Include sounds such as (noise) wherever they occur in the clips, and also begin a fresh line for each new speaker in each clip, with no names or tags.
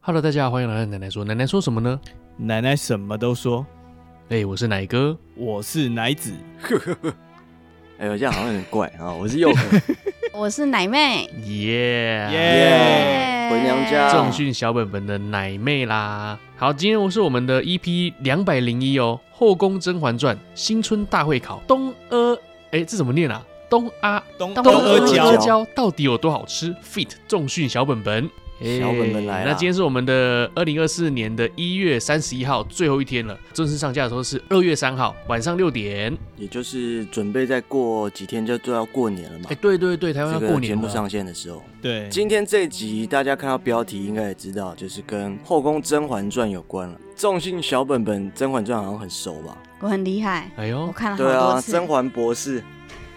Hello，大家好，欢迎来到奶奶说。奶奶说什么呢？
奶奶什么都说，
哎、我是奶哥。
我是奶子。
哎呦，这样好像有点怪啊！ (laughs) 我是佑可，
我是奶妹，
啊
耶、
耶
耶哎回娘家
重训小本本的奶妹啦。好，今天是我们的 EP 两百零一哦，《后宫甄嬛传》新春大会考东阿，哎、这怎么念啊？东阿
东
东
东
阿
阿
阿
胶
胶，
胶到底有多好吃？Fit 重训小本本。哎
小本本来啦
那今天是我们的二零二四年的一月三十一号最后一天了，正式上架的时候是二月三号晚上六点。
也就是准备再过几天就就要过年了嘛
哎、。对对对，台湾要
这
过
个节
年
目
了。哎
上线的时候，
对，
今天这集大家看到标题应该也知道，就是跟《后宫甄嬛传》有关了。众信小本本《甄嬛传》好像很熟吧？
我很厉害，
哎
我
呦，
看了
对
好
啊，
多次。
甄嬛博士。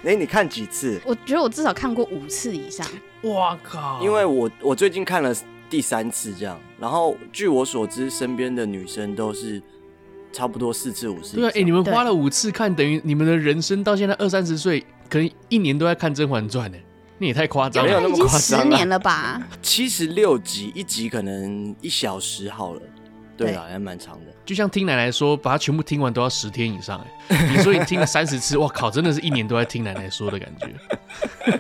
哎，你看几次？
我觉得我至少看过五次以上，
哇靠！
因为我我最近看了第三次这样，然后据我所知，身边的女生都是差不多四次五次以上。
对啊，哎、你们
对
花了五次看，等于你们的人生到现在二三十岁，可能一年都在看《甄嬛传》呢，欸那也太夸张
(laughs) 没有
它
了。
那
已
么
经
夸
十
张啊啦
年
(laughs)
了吧？
七十六集，一集可能一小时好了。对啊啦，还蛮长的。
就像听奶奶说，把它全部听完都要十天以上，
(laughs)
哎，你说你听了三十次，哇靠，真的是一年都在听奶奶说的
(laughs)
感觉。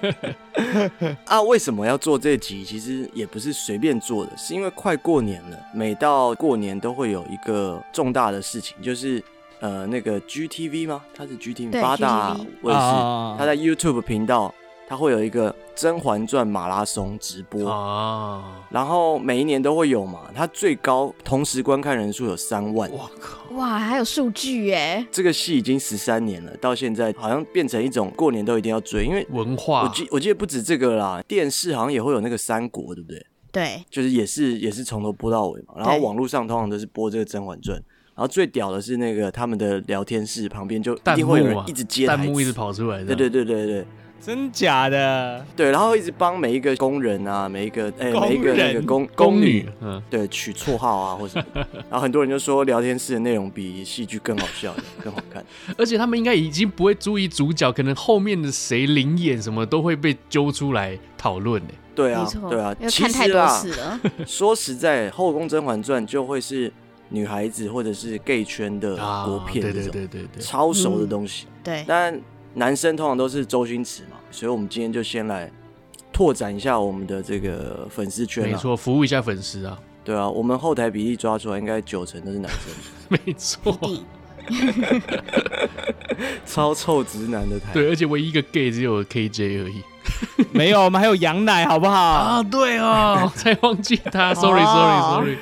啊，为什么要做这集？其实也不是随便做的，是因为快过年了。每到过年都会有一个重大的事情，就是呃，那个 GTV 吗？它是 GTV
对
八大
GTV
卫视，
啊
它在 YouTube 频道，它会有一个《甄嬛传》马拉松直播，
哦，
然后每一年都会有嘛。它最高同时观看人数有三万，
哇靠！
哇，还有数据耶！
这个戏已经十三年了，到现在好像变成一种过年都一定要追，因为
文
我
化
记我记得不止这个啦，电视好像也会有那个三国，对不对？
对，
就是也是也是从头播到尾嘛。然后网络上通常都是播这个《甄嬛传》，然后最屌的是那个他们的聊天室旁边就一
弹
定
幕
会有人
啊，
一直接
弹
台
幕
词
一直，跑出来
对
的。
对对对对
真假的？
对，然后一直帮每一个工人啊，每一
(laughs)
个哎、
工人
每一个那个工
宫女，嗯，
对取绰号啊或什么的，然后很多人就说聊天室的内容比戏剧更好
(laughs)
笑，更好看。
而且他们应该已经不会注意主角，可能后面的谁灵演什么都会被揪出来讨论欸的。
对
没
啊
错，，
对啊，
因为
其
看太
实啊
多
啦，
次了。
说实在，《后宫甄嬛传》就会是女孩子或者是 gay 圈的
啊，
呃国片
对
这种、
对对对对，
超熟
嗯
的东西。
(laughs) 对，
但男生通常都是周星驰嘛，所以我们今天就先来拓展一下我们的这个粉丝圈、啊。
没，错，服务一下粉丝啊， (laughs)
对啊，我们后台比例抓出来，应该九成都是男生，
(laughs) 没错，
嗯
超臭直男的台。
对，而且唯一一个 gay 只有 KJ 而已
没有，我们还有羊奶，好不
啊
好？，
对哦， (laughs) 才忘记他，sorry
哦
sorry sorry，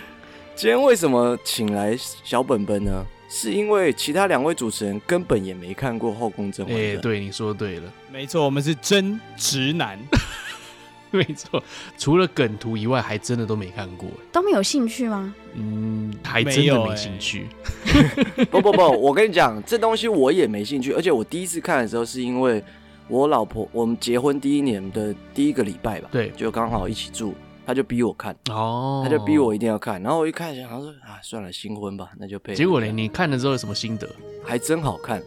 今天为什么请来小本本呢？是因为其他两位主持人根本也没看过《后宫甄嬛传
哎，》对，你说对了， (laughs)
没错，我们是真直男。
没错，除了梗图以外，还真的都没看过，
都没有兴趣吗？
嗯，还真
没
的
有
没
哎
兴趣，
不不不，我跟你讲，这东西我也没兴趣，而且我第一次看的时候是因为我老婆，我们结婚第一年的第一个礼拜吧，
对
就刚好一起住，她就逼我看，
哦，
她就逼我，一定要看，然后我一看想说啊，算了，新婚吧，那就配合一下。
结果呢，你看了之后有什么心得？
还真好看，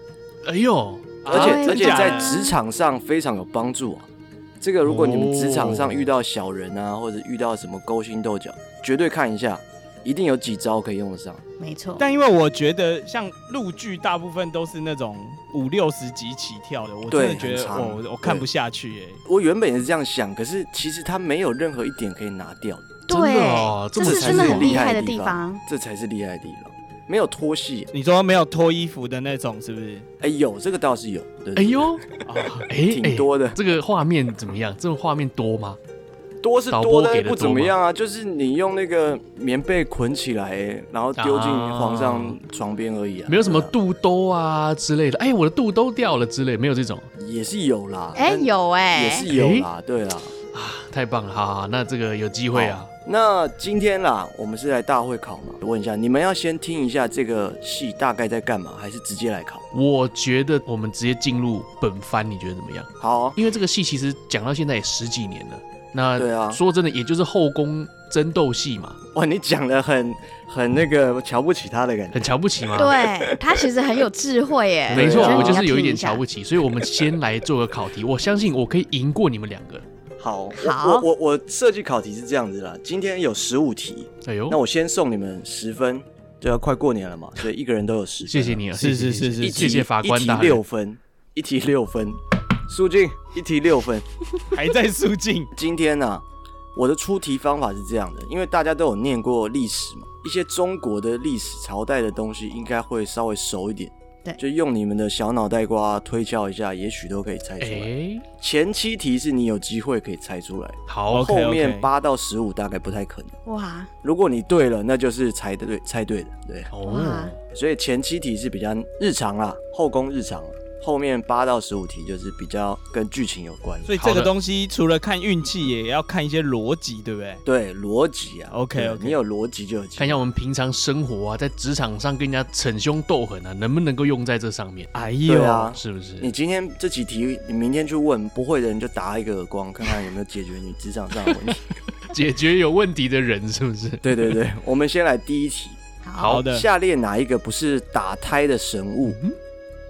哎呦，
(laughs) 而且、
啊
哎
而且
真假的
在职场上非常有帮助啊。这个如果你们职场上
哦
遇到小人啊，或者遇到什么勾心斗角，绝对看一下，一定有几招可以用得上。
没错，
但因为我觉得像陆剧大部分都是那种五六十集起跳的，我真
对
的觉
很
得哦
长
我我看不下去耶。
我原本也是这样想，可是其实它没有任何一点可以拿掉的。
真的
对
哦，
这
这
是
才
真的
是
很厉害
的
的地方。，
这才是厉害的地方，没有拖戏。啊
你说没有脱衣服的那种是不
(laughs)
是？
哎，有这个倒是有，对对
哎
对
呦，
啊，
(laughs) 哎，
挺多的
哎这个画面怎么样？这种画面多吗？
多是
导
多
播
但
给
是
的
不怎
多
么
吗
样啊，就是你用那个棉被捆起来，然后丢进
啊
皇上床边而已啊，
没有什么
对啊
肚兜啊之类的，哎，我的肚兜掉了之类，没有这种。
也是有啦，
哎，
但
有
也
哎，
是有啦，对啦，
啊，太棒了！好好，那这个有机会啊
好。。那今天啦，我们是来大会考嘛？问一下，你们要先听一下这个戏大概在干嘛，还是直接来考？
我觉得我们直接进入本番，你觉得怎么样？
好啊，
因为这个戏其实讲到现在也十几年了。那
对啊
说真的，也就是后宫争斗戏嘛，
哇，你讲的很很那个瞧不起他的感觉
很。瞧不起
啊
嘛。，
哎对他其实很有智慧
(laughs)
耶。
没错
觉，得
我
你
就
要
是有
听
一点
下
瞧不起，所以我们先来做个考题。我相信我可以赢过你们两个。
好，
好
我我我我设计考题是这样子啦，今天有十五题，
哎呦，
那我先送你们十分，对啊，快过年了嘛，所以一个人都有十分。
谢谢，你啊，
是
谢谢谢
是是
谢
一
谢
题
谢法官
一题
大人
六分，一题六分，苏静一题六分。
还在肃静。
今天呢、我的出题方法是这样的，因为大家都有念过历史嘛，一些中国的历史朝代的东西应该会稍微熟一点。
对
就用你们的小脑袋瓜推敲一下，也许都可以猜出来。
哎，
前七题是你有机会可以猜出来，
好
OK，OK
后面八到十五大概不太可能。
哇
如果你对了，那就是猜对猜对的，对。
哦
哇，，
所以前七题是比较日常啦，后宫日常，后面八到十五题就是比较跟剧情有关，
所以这个东西除了看运气，也要看一些逻辑，对不对？
对逻辑啊
OK，OK
对你有逻辑就有机会。
看一下我们平常生活啊，在职场上跟人家逞凶斗狠啊，能不能够用在这上面？
哎
对
呦，
啊，
是不是？
你今天这几题，你明天去问不会的人就打一个耳光，看看有没有解决你职场上的问题。
(laughs) 解决有问题的人是不是？
对对对，我们先来第一题，
好
好的，
下列哪一个不是打胎的神物？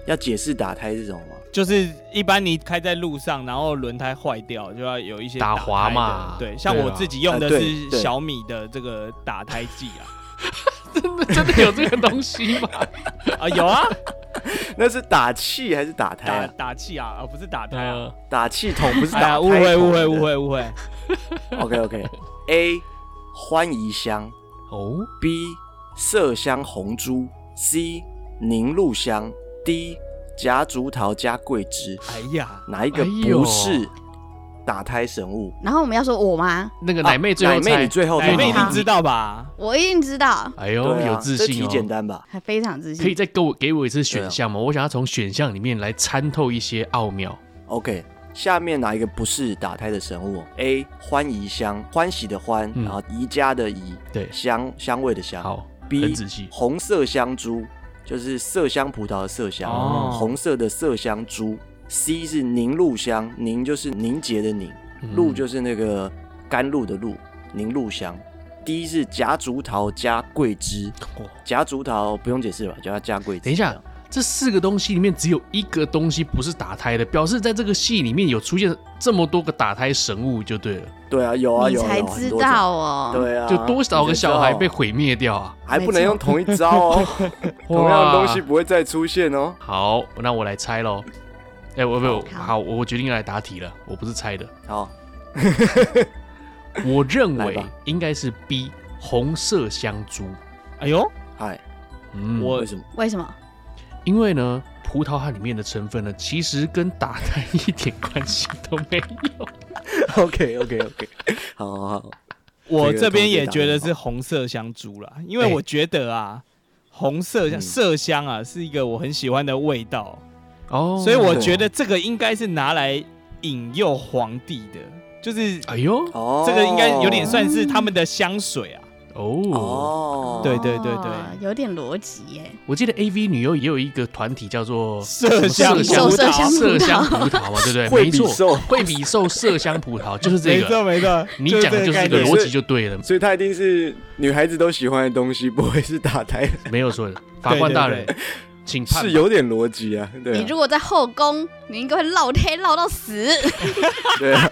要解释打胎是什么吗？
就是一般你开在路上，然后轮胎坏掉，就要有一些
打
胎
滑
的
嘛
对，像
对啊
我自己用的
呃对
是
对
小米的这个打胎剂
(laughs)
啊，
真的真的有这个东西
(laughs)
吗？
啊有啊，
那是打气还是打胎
打
啊？
打气啊，啊不是打胎啊，
打气筒不是
哎
打胎
呀，
筒。
误会误会误。会误会，
哎 OK OK A 欢宜香
哦，
，B 麝香红珠，C 凝露香，D 夹竹桃加桂枝，
哎呀，
哪一个
哎呦
不是打胎神物？
然后我们要说我吗？
那个奶妹最
啊
后
奶妹
猜
你，最后
奶
猜
妹
妹
哎一定知道吧？
我一定知道，
哎呦，
对啊
有自
这
信
题
哦。
简单吧？
还非常自信。
可以再给我给我一次选项
啊
吗？我想要从选项里面来参透一些奥妙。
OK，下面哪一个不是打胎的神物？A 欢宜香，欢喜的欢，
嗯
然后宜家的宜，
对
香香味的香。
好，
，B
很仔细
红色香珠，就是麝香葡萄的麝香，
哦
红色的麝香珠。C 是凝露香，凝就是凝结的凝，
嗯
露就是那个甘露的露，凝露香。D 是夹竹桃加桂枝，
哦
夹竹桃不用解释吧，叫它加桂枝。
等一下，这四个东西里面只有一个东西不是打胎的，表示在这个戏里面有出现这么多个打胎神物就对了，
对啊，有啊
你
有啊，
才
有啊
知道，哦
很多种。对啊，
就多少个小孩
你才知
被
道
毁灭掉啊！
还不能用同一招
(laughs)
哦， (laughs) 同样的东西不会再出现哦。
好，那我来猜喽。哎、我不
好
好，我我决定来答题了，我不是猜的，
好，
我认
来
为
吧
应该是 B 红色香珠。
哎呦，
嗨，
嗯，
我
为什么？
为什么？
因为呢，葡萄它里面的成分呢，其实跟打胎一点关系都没有。
OK OK OK，好好好，
我
这个
这边
同学
也
打
觉
得
得
很
是红色香珠啦，因为我觉得啊，红色
嗯
麝香啊是一个我很喜欢的味道，
哦
所以我觉得这个应该是拿来引诱皇帝的，就是
哎呦，
哦，
这个应该有点算是他们的香水啊。
哦，
哦，
对对对对
哦有点逻辑耶。
我记得 A V 女优也有一个团体叫做
麝
什么
香
麝
麝
香
香
麝
葡萄
香葡 (laughs) 萄嘛，对不对？
惠
没
比
错，
寿
惠比寿麝香葡萄就是这
没错
个。
没错，
你讲的就是这个
这概念
逻辑就对了，
所以它一定是女孩子都喜欢的东西，不会是打胎，
(laughs)
没有错的。法官大人
对，
请判吧。
是有点逻辑啊，对
你
啊
如果在后宫，你应该会绕天绕到死。
对
(laughs)
啊。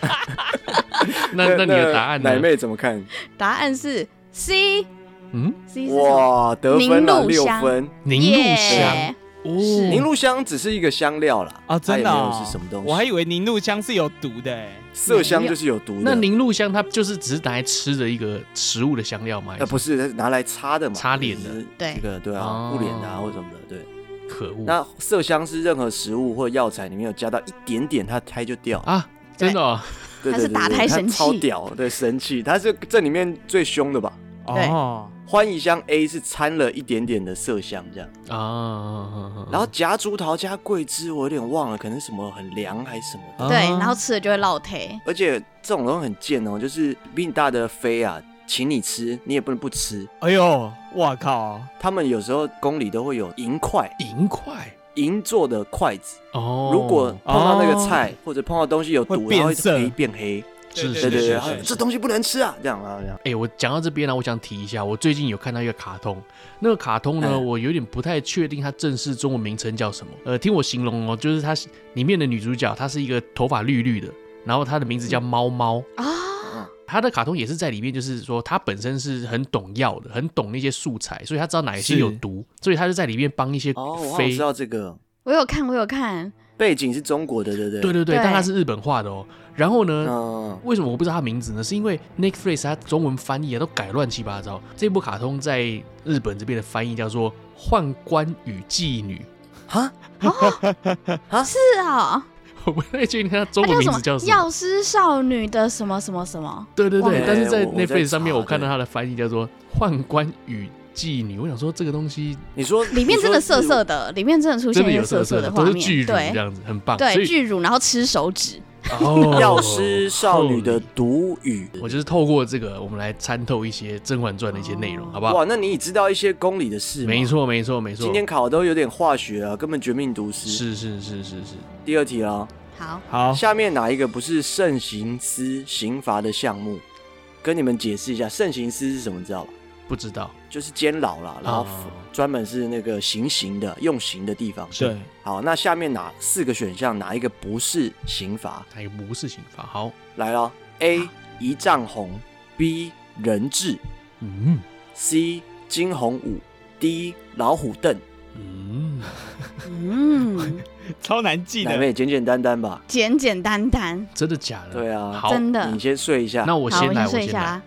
那那你的答案呢
奶？妹怎么看？
答案是 C。
嗯，
C 是什么？
哇，得分了
凝露
六
香嗯
分。
凝露香
耶，是
凝
哦，
露香只是一个香料啦，
啊，真的
它也
哦
没有哎是什么东西。
我还以为凝露香是有毒的欸，
麝香就是有毒的，
那凝露香它就是只是拿来吃的一个食物的香料吗？还
呃不
是
是它是拿来擦的嘛？
擦脸的
就是
对嗯
这个对
哦
啊，护脸的啊或什么的，对。
可恶
那麝香是任何食物或药材里面有加到一点点，它胎就掉。
啊！真的哦，
对
它
对
是
对
打
对
胎
它
神
超
器
屌，对神器，它是这里面最凶的吧？
对
哦，
欢宜香 A 是掺了一点点的麝香这样，
嗯啊，
然后夹竹桃加桂枝，我有点忘了，可能什么很凉还是什么的。
对，
啊
然后吃了就会落腿。
而且这种东西很贱哦，就是比你大的妃啊，请你吃，你也不能不吃。
哎呦，哇靠，
他们有时候宫里都会有银筷，
银块
银做的筷子，
哦，
如果碰到那个菜、或者碰到东西有
会
毒，
变
它会
色
黑变黑。
是
对
是
对
是
对，
是
它
是
这东西不能吃啊，这样啊这样。
哎、我讲到这边呢、我想提一下，我最近有看到一个卡通，那个卡通呢，
嗯
我有点不太确定它正式中文名称叫什么。呃，听我形容哦，就是它是里面的女主角，她是一个头发绿绿的，然后它的名字
嗯
叫猫猫。
啊，
它的卡通也是在里面，就是说它本身是很懂药的，很懂那些素材，所以它知道哪一些
是
有毒，所以它就在里面帮一些
哦，我好像
飞。
知道这个
我有看，我有看，
背景是中国的，对不对？
对对对，
对
但它是日本画的哦。然后呢，
嗯，
为什么我不知道它名字呢？是因为 Netflix 它中文翻译啊都改乱七八糟。这部卡通在日本这边的翻译叫做《宦官与妓女 (laughs)
哈，
是啊，》，
我不太确定它中
它
文名
什
字
么
叫？什么。
药师少女的什么什么什么？
对对对
忘，了
但是在
我我在
Netflix 上面
查
我看到
对
它的翻译叫做《宦官与妓女》，我想说这个东西
你说
里面真的涩，
你说
涩的，里面真的出
真
现
的
一
有
些
色
涩
色
的画
都是
面
巨，乳这
对
样子，很棒。所
对，
以
巨乳，然后吃手指，
哦
是药师少女的毒语，
我就是透过这个，我们来参透一些《甄嬛传》的一些内容，好不好
哇，？那你也知道一些公理的事吗
没，错，没错，没错。
今天考的都有点化学啊，根本绝命毒师。
是是是是是，
第二题啦，
好，
好，
下面哪一个不是慎刑司刑罚的项目？跟你们解释一下，慎刑司是什么？你知道吧？
不知道
就是监牢啦，然后
哦
专门是那个行刑的、用刑的地方。
对，
好，那下面哪四个选项哪一个不是刑罚？
哪个不是刑罚？好，
来了，A 一丈红，B 人质
嗯
，C 惊鸿舞，D 老虎凳。
嗯， (laughs)
嗯，
超难记
奶
的，
妹简简单单吧？
简简单单，
真的假的？
对啊
好，
真的
你。先睡一下。
那我
好，
先
我
来，
先
我
睡一
先
下
来
啦，。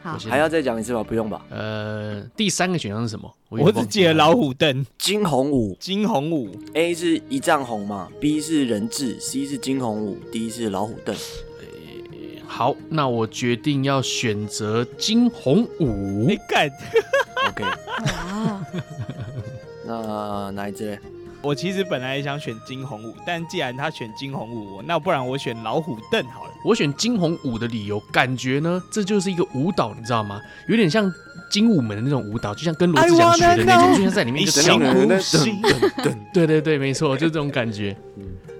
好
我先
还
来
要再讲一次吧？不用吧？
呃，第三个选项是什么？我有
我
点
只
忘
记得
了
老虎凳、
惊鸿舞
金鸿舞，
A 是一丈红嘛，B 是人质，C 是惊鸿舞，D 是老虎凳。
好，那我决定要选择金红舞
哎。干，
OK，
哇，
那哪一只嘞？
我其实本来也想选金鸿舞，但既然他选金鸿舞，那不然我选老虎凳好了。
我选金红舞的理由，感觉呢，这就是一个舞蹈，你知道吗？有点像精武门的那种舞蹈，就像跟罗志祥学的那
I wanna
种，
know
就像在里面就
你
跳
信
舞
啊
吗。
对对对，没错，就这种感
(laughs)
觉。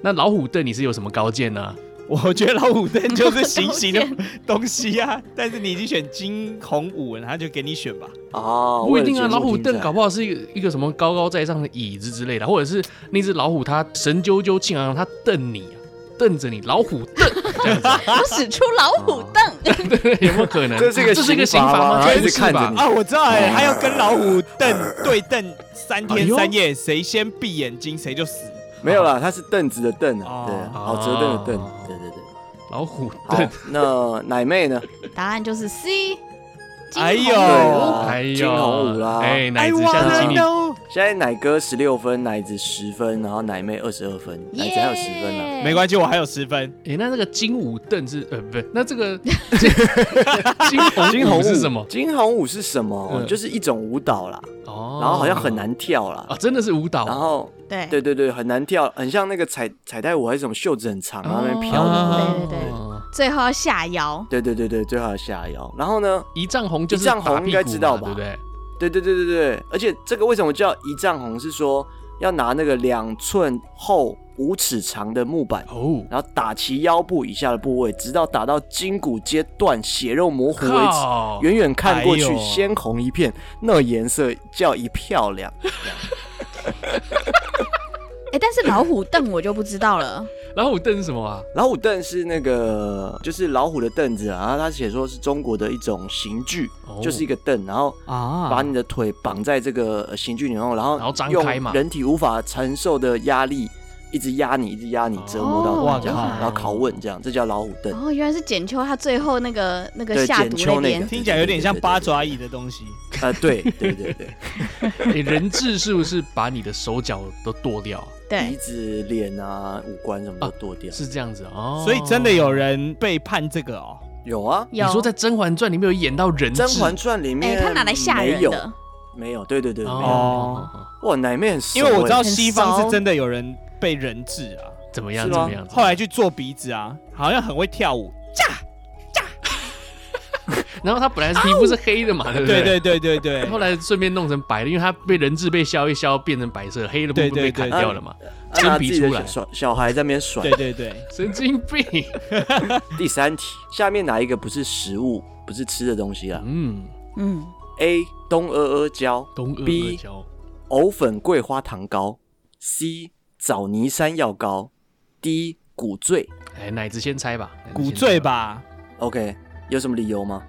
那老虎凳你是有什么高见啊呢、
我觉得老虎凳就是行刑
老虎
的东西啊，但是你已经选金鸿舞了，他就给你选吧。
哦，
不一定啊，老虎凳搞
搞
不好是一个一个什么高高在上的椅子之类的，或者是那只老虎它神赳赳气昂昂，它瞪你啊，瞪着你，老虎瞪，
(laughs) 我使出老虎凳，
有没有可能？
(laughs) 这是一个
这是一个刑
刑罚
罚
吗
吗？
他
这
一直看着你
啊，我知道哎、他要跟老虎凳对瞪三
哎
天
呦
三夜，谁先闭眼睛谁就死。
没有啦，它是凳子的凳啊，
哦
对，好折凳的凳，对对对。
老虎
好
凳，，
那奶妹呢？
答案就是 C。
哎
金
呦
对
红
啊，
哎呦，
金鸿舞啦。
哎，奶
I
子相机
wanna
你
know，
现在奶哥十六分，奶子十分，然后奶妹二十二分，奶子还哎有十分啊呢。
耶
没关系，我还有十分。
哎、那那个金武凳是呃，不对，那这个金金红
鸿
舞是什么？
金鸿舞是什么？
嗯
就是一种舞蹈啦，
哦，
然后好像很难跳啦
啊，，真的是舞蹈
然
啊，
后
对
对对对，很难跳，很像那个彩彩带舞还是什么袖子很长，然后那边飘
哦
的。
对对对最后要下腰，
对对对对，最好下腰。然后呢？
一丈红就是
一丈红
打屁股嘛
应该知道吧
对不对？
对对对对对，而且这个为什么叫一丈红？是说要拿那个两寸厚、五尺长的木板，
哦，
然后打其腰部以下的部位，直到打到筋骨皆断、血肉模糊为止。
靠，
远远看过去，
哎呦
鲜红一片，那颜色叫一漂亮。
哎，但是老虎凳我就不知道了。
然后我瞪是什么啊？
老虎凳是那个，就是老虎的凳子啊，然后他写说是中国的一种刑具，
哦
就是一个凳，然后
啊
把你的腿绑在这个呃刑具里面，然后
然后张
用
开嘛
人体无法承受的压力，一直压你，一直压你，折磨到
哦
你这样，
哇靠
然后拷问这样，这叫老虎凳。
(coughs) 哦，原来是简秋他最后那个那个
对
下毒
简秋那
边
个，
听起来有点像八爪椅的东西。
啊，对对对对，
诶人质是不是把你的手脚都剁掉啊？
鼻
对，
子、脸啊、五官什么都剁掉。
是这样子哦，
所以真的有人被判这个哦。
有啊，
你
有。
说在《甄嬛传》里面有演到人
《
质，
甄嬛传》里
哎，
面
他拿来吓
没
人
有，
的，
没有，对对对，没有。
哦
哦，
哇，奶妹很熟
因为我
欸
知道
很
西方
熟
是真的有人被人质啊，
怎么样
是
怎
吗
么样？
后来去做鼻子啊，好像很会跳舞。
然后他本来是皮肤是黑的嘛，对不
对
对
对对对对，
后来顺便弄成白的，因为他被人质被削一削变成白色，黑的部分
对对
被砍
对啊
掉了嘛，
他拿
真
自
皮
己
出来
的，小小孩在那边甩
对。对对，
神经病。
第三题，下面哪一个不是食物，不是吃的东西啊
嗯，
嗯，
？A. 东阿阿胶
东阿阿
，B.
胶，
藕粉桂花糖糕，C. 枣泥山药糕，D. 古罪。
哎，奶子先猜吧，奶子
骨
先
醉
猜？
吧，
OK，有什么理由吗？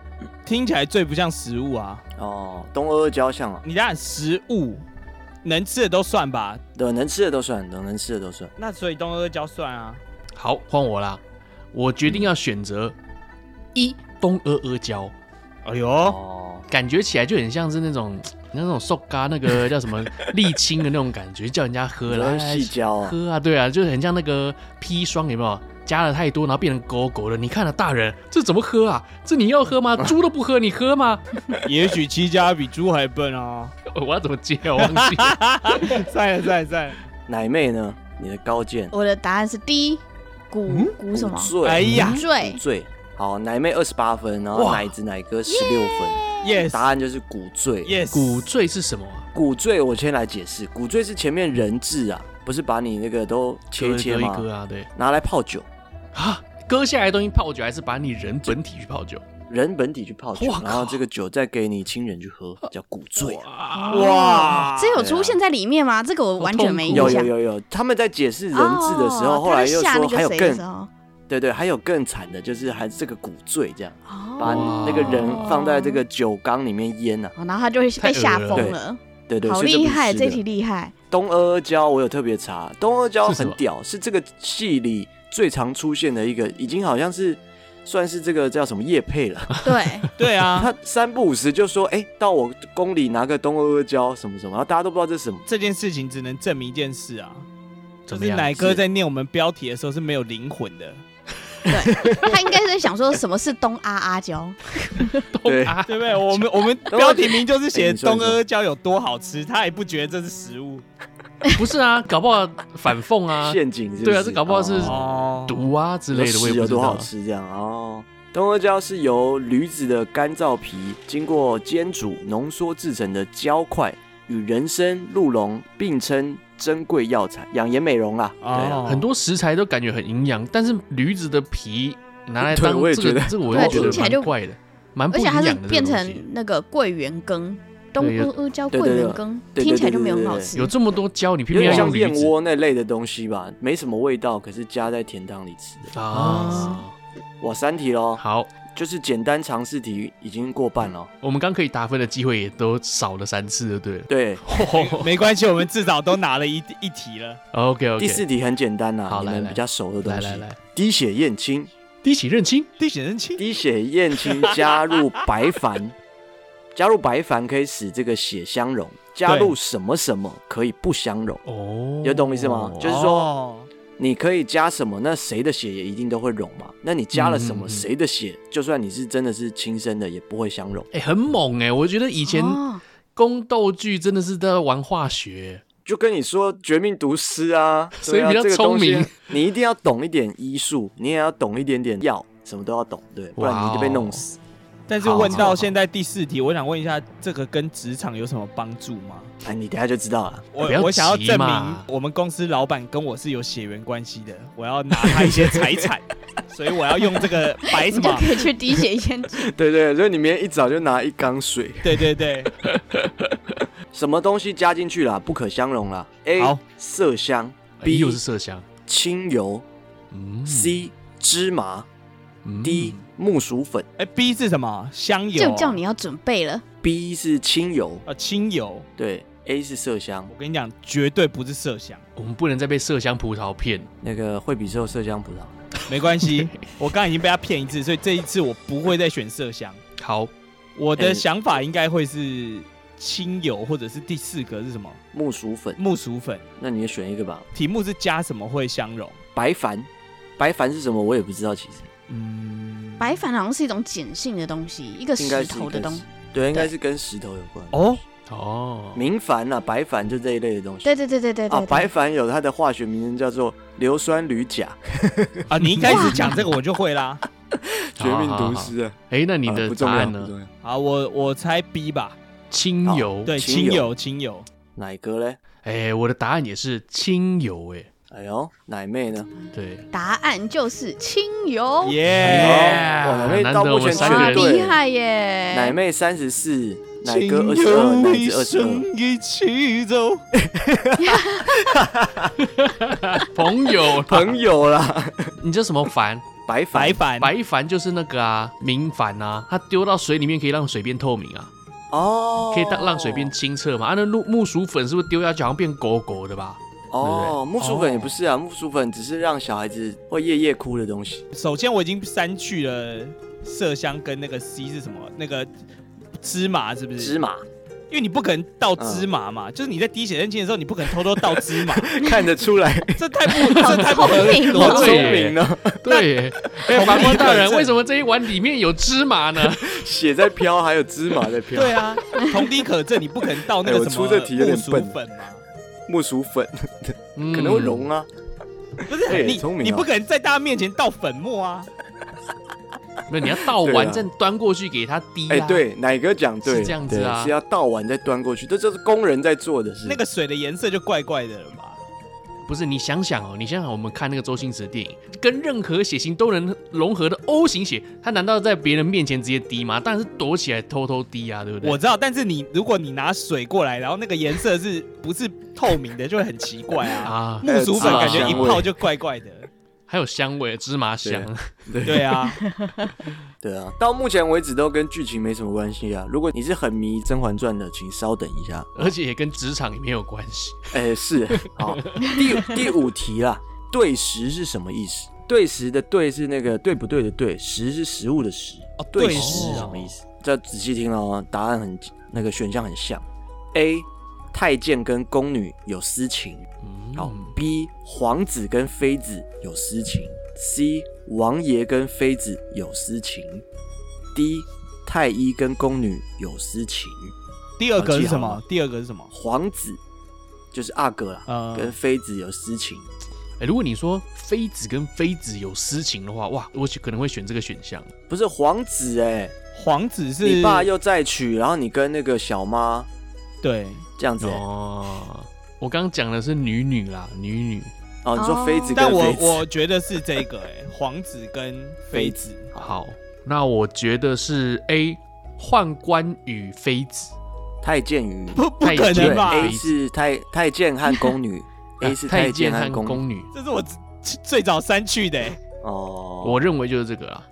听起来最不像食物啊。
哦，东阿阿交像啊，
你看食物能吃的都算吧，
对，能吃的都算，能能吃的都算。
那所以东阿阿胶算啊。
好，换我啦，我决定要选择一东阿阿胶，
哎呦，
哦，
感觉起来就很像是那种那种瘦嘎那个
(laughs)
叫什么沥青的那种感觉，叫人家喝
然
了哎
后细胶啊，
喝啊，对啊，就很像那个砒霜，有没有？加了太多，然后变成狗狗了。你看了、啊大人，这怎么喝啊？这你要
(laughs)
喝吗？猪都不喝，你喝吗？ (laughs)
也许七家比猪还笨哦。
我要怎么接啊？我忘记
(laughs)
了。
算了算了算了，
奶妹呢？你的高见，
我的答案是 D，骨骨什么？
哎
罪，
呀，
坠
古罪。好，奶妹二十八分，然后
哇
奶子奶哥十六分，答
yes
案就是古罪。
yes，
骨醉是什么啊？
古罪我先来解释，古罪是前面人质啊，不是把你那个都切
割
一切
割一
吗？
割啊，对 (laughs)
拿来泡酒，
啊，割下来的东西泡酒，还是把你人本体去泡酒？ (laughs)
人本体去泡酒
哇，靠
然后这个酒再给你亲人去喝，叫古啊醉。
哇
哇，
这有出现在里面吗？这个我完全没印
有有
象。
有有，他们在解释人
哦
质的时候，后来又
他在吓那
说
个
还有
谁的时
更
候哦
对对，还有更惨的，就是还这个古罪这样，
哦
把那个人放在这个酒缸里面淹啊。
哦然后他就会被吓
太恶
疯了，
对对，
好
所以这
厉
不是
害，
的
这题厉害。
东阿阿胶我有特别查，东阿阿胶
是什
很
么
屌，是这个戏里最常出现的一个，已经好像是算是这个叫什么叶配了。
对，
对啊，
他三不五时就说，哎、到我宫里拿个东阿阿胶什么什么，然后大家都不知道这是什么。
这件事情只能证明一件事啊，
怎
就
么
是
样？
奶哥在念我们标题的时候是没有灵魂 (laughs) 的，
他应该是想说什么是东阿阿胶，
动 (laughs) 啊，
对不对？我们
(laughs)
我们
我
标题名就是
哎
写
你说
东阿阿胶有多好吃，他也不觉得这是食物
不是啊，搞不好反讽
(laughs)
啊，
陷阱是不是
对啊这搞不好是
哦。
哦
毒啊之类的，我也
屎
不
有
知
多
道
好
啊。
吃这样哦。东阿胶是由驴子的干燥皮经过煎煮浓缩制成的胶块，与人参、鹿茸并称珍贵药材，养颜美容啦。对啊，
哦
很多食材都感觉很营养，但是驴子的皮拿来当
对我也
这
觉
个
得，
这个我
对
觉
听起
得
来就
蛮怪的，蛮不
而
营
且它
养
是
的。
变成那个桂圆羹，东
对有
阿阿胶
对对
桂
对
圆羹，
对对
听起来就
对对
没有很
对
好
对
吃
有。这么多
嗯
胶，你偏
有
偏
点
要
像
用驴
燕
子
窝那类的东西吧，没什么味道，可是加在甜汤里吃的。
啊？
我三题喽，
好，
就是简单常识题已经过半了。
我们刚可以打分的机会也都少了三次，就对了。
对，
没关系，我们至少都拿了一一题了。
OK
第
OK，
四题很简单啦，
好
你
来
们
来
比较熟的
来
东西
来。来，
滴血验亲，
滴血认亲，
地显人清
滴血验亲加入白
(laughs)
矾，加入白矾可以使这个血相融，加入什么什么可以不相融。
哦，
有懂我意思吗就是说
哦
你可以加什么，那谁的血也一定都会融嘛。那你加了
嗯
什
嗯
么，
嗯
谁的血，就算你是真的是亲生的，也不会相融。
哎、很猛哎、我觉得以前
哦
宫斗剧真的是在玩化学，
就跟你说《绝命毒师》啊，
(laughs) 所以
对啊
比较
这个东西
聪明
(laughs) 你一定要懂一点医术，你也要懂一点点药，什么都要懂，
哦
对，不然你就被弄死。
但是问到现在第四题，我想问一下，这个跟职场有什么帮助吗？
哎，你等一下就知道
(laughs)
了。
我
不要
我想要
急
证明
嘛
我们公司老板跟我是有血缘关系的，我要拿他一些财产，所以我要用这个白什
你就 (laughs)
么？
可以去滴血验
对对，所以你明天一早就拿一缸水，
对对对，
什么东西加进去啦，不可相容啦。A
好
麝香
哎
，B
又是麝香，
清油
嗯
，C 芝麻
嗯
，D 木薯粉。
哎，B 是什么？香油
就
啊，
叫你要准备了。
B 是清油，
啊，清油。
对，A 是麝香，
我跟你讲，绝对不是麝香，
我们不能再被麝香葡萄骗。
那个惠比寿麝香葡萄。
没关系，
(laughs)
我刚刚已经被他骗一次，所以这一次我不会再选麝香。
好，
我的
哎
想法应该会是清油，或者是第四个是什么？
木薯粉，
嗯
木薯粉。
那你也选一个吧。
题目是加什么会相容？
白矾，白矾是什么？我也不知道，其实
嗯，
白矾好像是一种碱性的东西，一个
应该
石
是
头的
跟
东
石，对，应该是跟石头有关。
哦，
哦，
明矾啊，白矾就这一类的东西。
对对对对对
啊
对，，
白矾有它的化学名称叫做硫酸铝钾，
啊，你一开始讲这个我就会啦。
好好好
啊。
哎、那你
啊
的
不重
答
要
案
不
呢？
重要
好，我我猜 B 吧。
清
好
油，
对，
清
清
油
油清油，
奶哥嘞？
哎、我的答案也是清油、
哎呦，奶妹呢？
哎，对，
答案就是清
哦
油，
耶！
哇哦奶妹
难
到
得
目
我们
前
三
全
个
哇，
人
对
厉害耶！
奶妹三十四，奶哥二
清
十二，
油
奶
一
子二十
生
二。
一起走。
澎朋友，
(laughs) 朋，友啦，
(laughs) 你叫什么
(laughs)
凡？
白
白凡
凡
白凡就是那个啊，明矾啊，它丢到水里面可以让水变透明啊，
哦，
可以让让水变清澈嘛。啊，那木木薯粉是不是丢下去好像变狗狗的
(laughs)
吧？
哦，木薯粉也不是啊，木薯粉只是让小孩子会夜夜哭的东西。
首先我已经删去了麝香跟那个 C 是什么？那个芝麻是不
嗯
是？
芝，麻， (laughs)
因为你不可能倒芝麻嘛，就是你在滴血认亲的时候，你不可能偷偷倒芝麻，
看得出
(laughs)
来，
这太不这太不合
好聪明哦
逻
好聪
辑。
明啊呢，
对
(laughs)
耶，哎，
同
法官
理
大
可
人，
证
为什么这一碗里面有芝麻呢？
血在飘，还有芝麻在飘。
对啊，同理可证，你不可能倒那
哎
个
我
什么
出这题有点
木薯
笨
粉嘛。
木薯粉
嗯
可能会融啊，
不
对
是你
聪，明
你
哦
不可能在大家面前倒粉末啊！
没有，你要倒
对
完
啊
再端过去给他滴、啊。
哎，，对，奶哥讲对，
是这样子啊
对是要倒完再端过去，这就是工人在做的事。
那个水的颜色就怪怪的了嘛。
不是你想想哦，你想想我们看那个周星驰的电影，跟任何血型都能融合的 O 型血，他难道在别人面前直接滴吗？当然是躲起来偷偷滴啊，对不对？
我知道，但是你如果你拿水过来，然后那个颜色是不是透明的，就会很奇怪
(laughs)
啊。
啊，
木薯粉
还有
感
芝麻
觉一
香味
泡就怪怪的。
还有香味，芝麻香。
对
(laughs)
啊，
对啊，到目前为止都跟剧情没什么关系啊。如果你是很迷《甄嬛传》的，请稍等一下。
(laughs) 而且也跟职场也没有关系。
哎，是好，第第五题啦，对食是什么意思？对食的对是那个对不对的对，食是食物的食。
哦，
对
对
食
哦
是
是
什
啊，
么意思？这仔细听了哦，答案很那个选项很像。A. 太监跟宫女有私情，
嗯，
好。B. 皇子跟妃子有私情。C. 王爷跟妃子有私情。D. 太医跟宫女有私情。
第二个是什
好啊
么
记？
第二个是什么？
皇子就是阿哥啦，
呃
跟妃子有私情。
哎、如果你说妃子跟妃子有私情的话，哇，我可能会选这个选项。
不是皇子哎、
皇子是
你爸又再娶，然后你跟那个小妈
对，
这样子欸、
哦，我刚刚讲的是女女啦，女女。
哦，你说妃子
但
跟
我
妃子，
我觉得是这个哎，皇子跟妃子。
好，那我觉得是 A 宦官与妃子，
太监与
不不可
太监
能
对
吧？
哎
，A 是太太监和宫女，A 是
啊太监
监和
和
宫女。
宫女，
这是我最最早删去的哎。
哦，
我认为就是这个啊啦。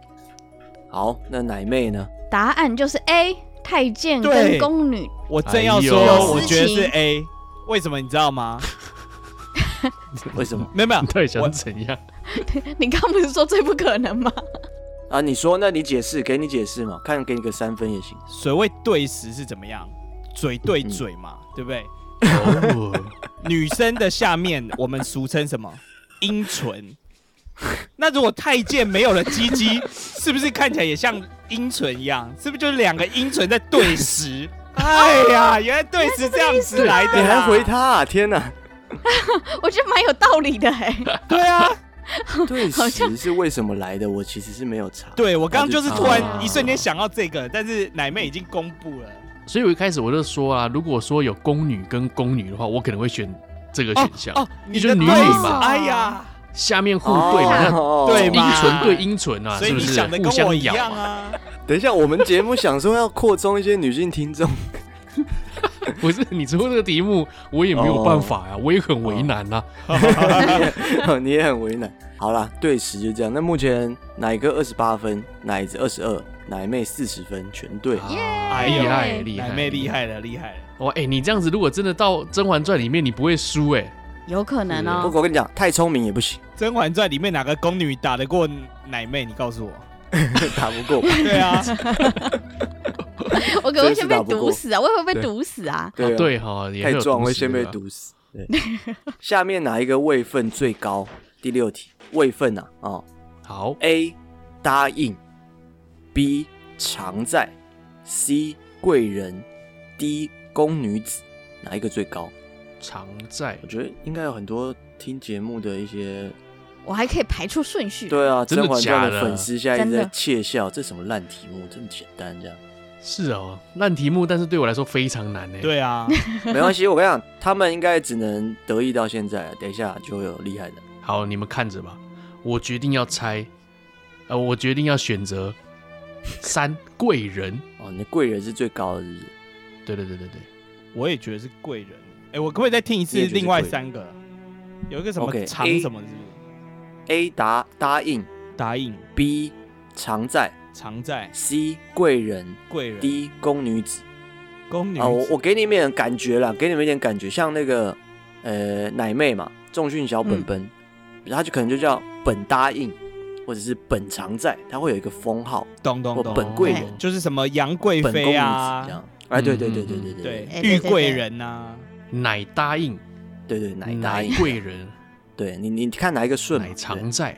好，那奶妹呢？
答案就是 A，太监跟
对
宫女。
我正要
哎呦
说，我觉得是
有私情
A，为什么你知道吗？
为什么
没有
(laughs)
没有
你，到底
我
想怎样？
你刚不是说最不可能吗？
啊？你说，那你解释，给你解释嘛，看给你个三分也行。
所谓对食是怎么样？嘴对嘴嘛，对不对？
哦，
女生的下面我们俗称什么？ (laughs) 阴唇。 (laughs) 那如果太监没有了鸡鸡，是不是看起来也像阴唇一样？是不是就是两个阴唇在对食？哎呀，原来对食这样子来的
你还
啦！
回他、啊？天哪！
我觉得蛮有道理的哎、
对啊，
(laughs) 对，
好像
时是为什么来的？我其实是没有查。
对我刚刚就是突然
啊
一瞬间想到这个，但是奶妹已经公布了。
(laughs) 所以我一开始我就说啊，如果说有宫女跟宫女的话，我可能会选这个选项，
哦，
你
你
就是
的
女
对
女
食
嘛
哎呀，
下面互对嘛，那
哦
对
阴
嘛
唇对阴唇啊，
所以
是不
你
是
想的
互
跟我
相
一
咬
样
嘛？
啊。
等一下，我们节目想说要扩充一些女性听众，
不是你出这个题目，我也没有办法呀、我也很为难啊呐、
你也很为难。好啦，对时就这样。那目前奶哥二十八分，奶子二十二，奶妹四十分，全对。
啊。
哎
厉
呦
害厉害，
奶妹厉！害了，厉害了！
哇，哎、你这样子如果真的到《甄嬛传》里面，你不会输哎、
有可能
不
哦、
过我跟你讲，太聪明也不行， (laughs)
《甄嬛传》里面哪个宫女打得过奶妹？你告诉我。
打不过。
对啊，
我可能会先被毒死啊，我也会被毒死啊。
对啊
对哈，也
太
会有
壮
毒
会
死
先被
的吧。
毒死。对，下面哪一个位分最高？第六题，位分啊，哦
好，
，A 答应，B 常在，C 贵人，D 宫女子，哪一个最高？
常在
我觉得应该有很多听节目的一些，
我还可以排出顺序。
对啊，《
真的
甄嬛传》
假
的
的
粉丝现在一直在
真的
窃笑，这什么烂题目，这么简单这样？
是哦，烂题目，但是对我来说非常难哎。，
(laughs) 对啊，
没关系，我跟你讲，他们应该只能得意到现在，等一下就有厉害的。
好，你们看着吧，我决定要猜，呃，我决定要选择三贵人。
哦，你的贵人是最高的，是不是？
对对对对对，
我也觉得是贵人。哎，我可不可以再听一次
你也觉得是
另外三个？有一个什么
OK，
长
A
什么是不
A 答答应
是？答应
，B 常在
常在
，C 贵人
贵人
，D 宫女子。
宫女
啊，我
子
我给你们一点感觉啦，给你们一点感觉，像那个呃奶妹嘛，重训小
嗯
本本，她就可能就叫本答应，或者是本常在，她会有一个封号，
懂
或
懂懂，
本贵
懂
人、
就是什么杨贵
本宫女
妃
子
啊
这，样。哎，对对
嗯
对
嗯
对对
对
对
哎
玉
对对
贵
对
人啊呐，
奶答应，
对
嗯
对，奶答
奶
应，
贵人，
对你你看哪一个顺嘛？
奶
(laughs) 对
常在。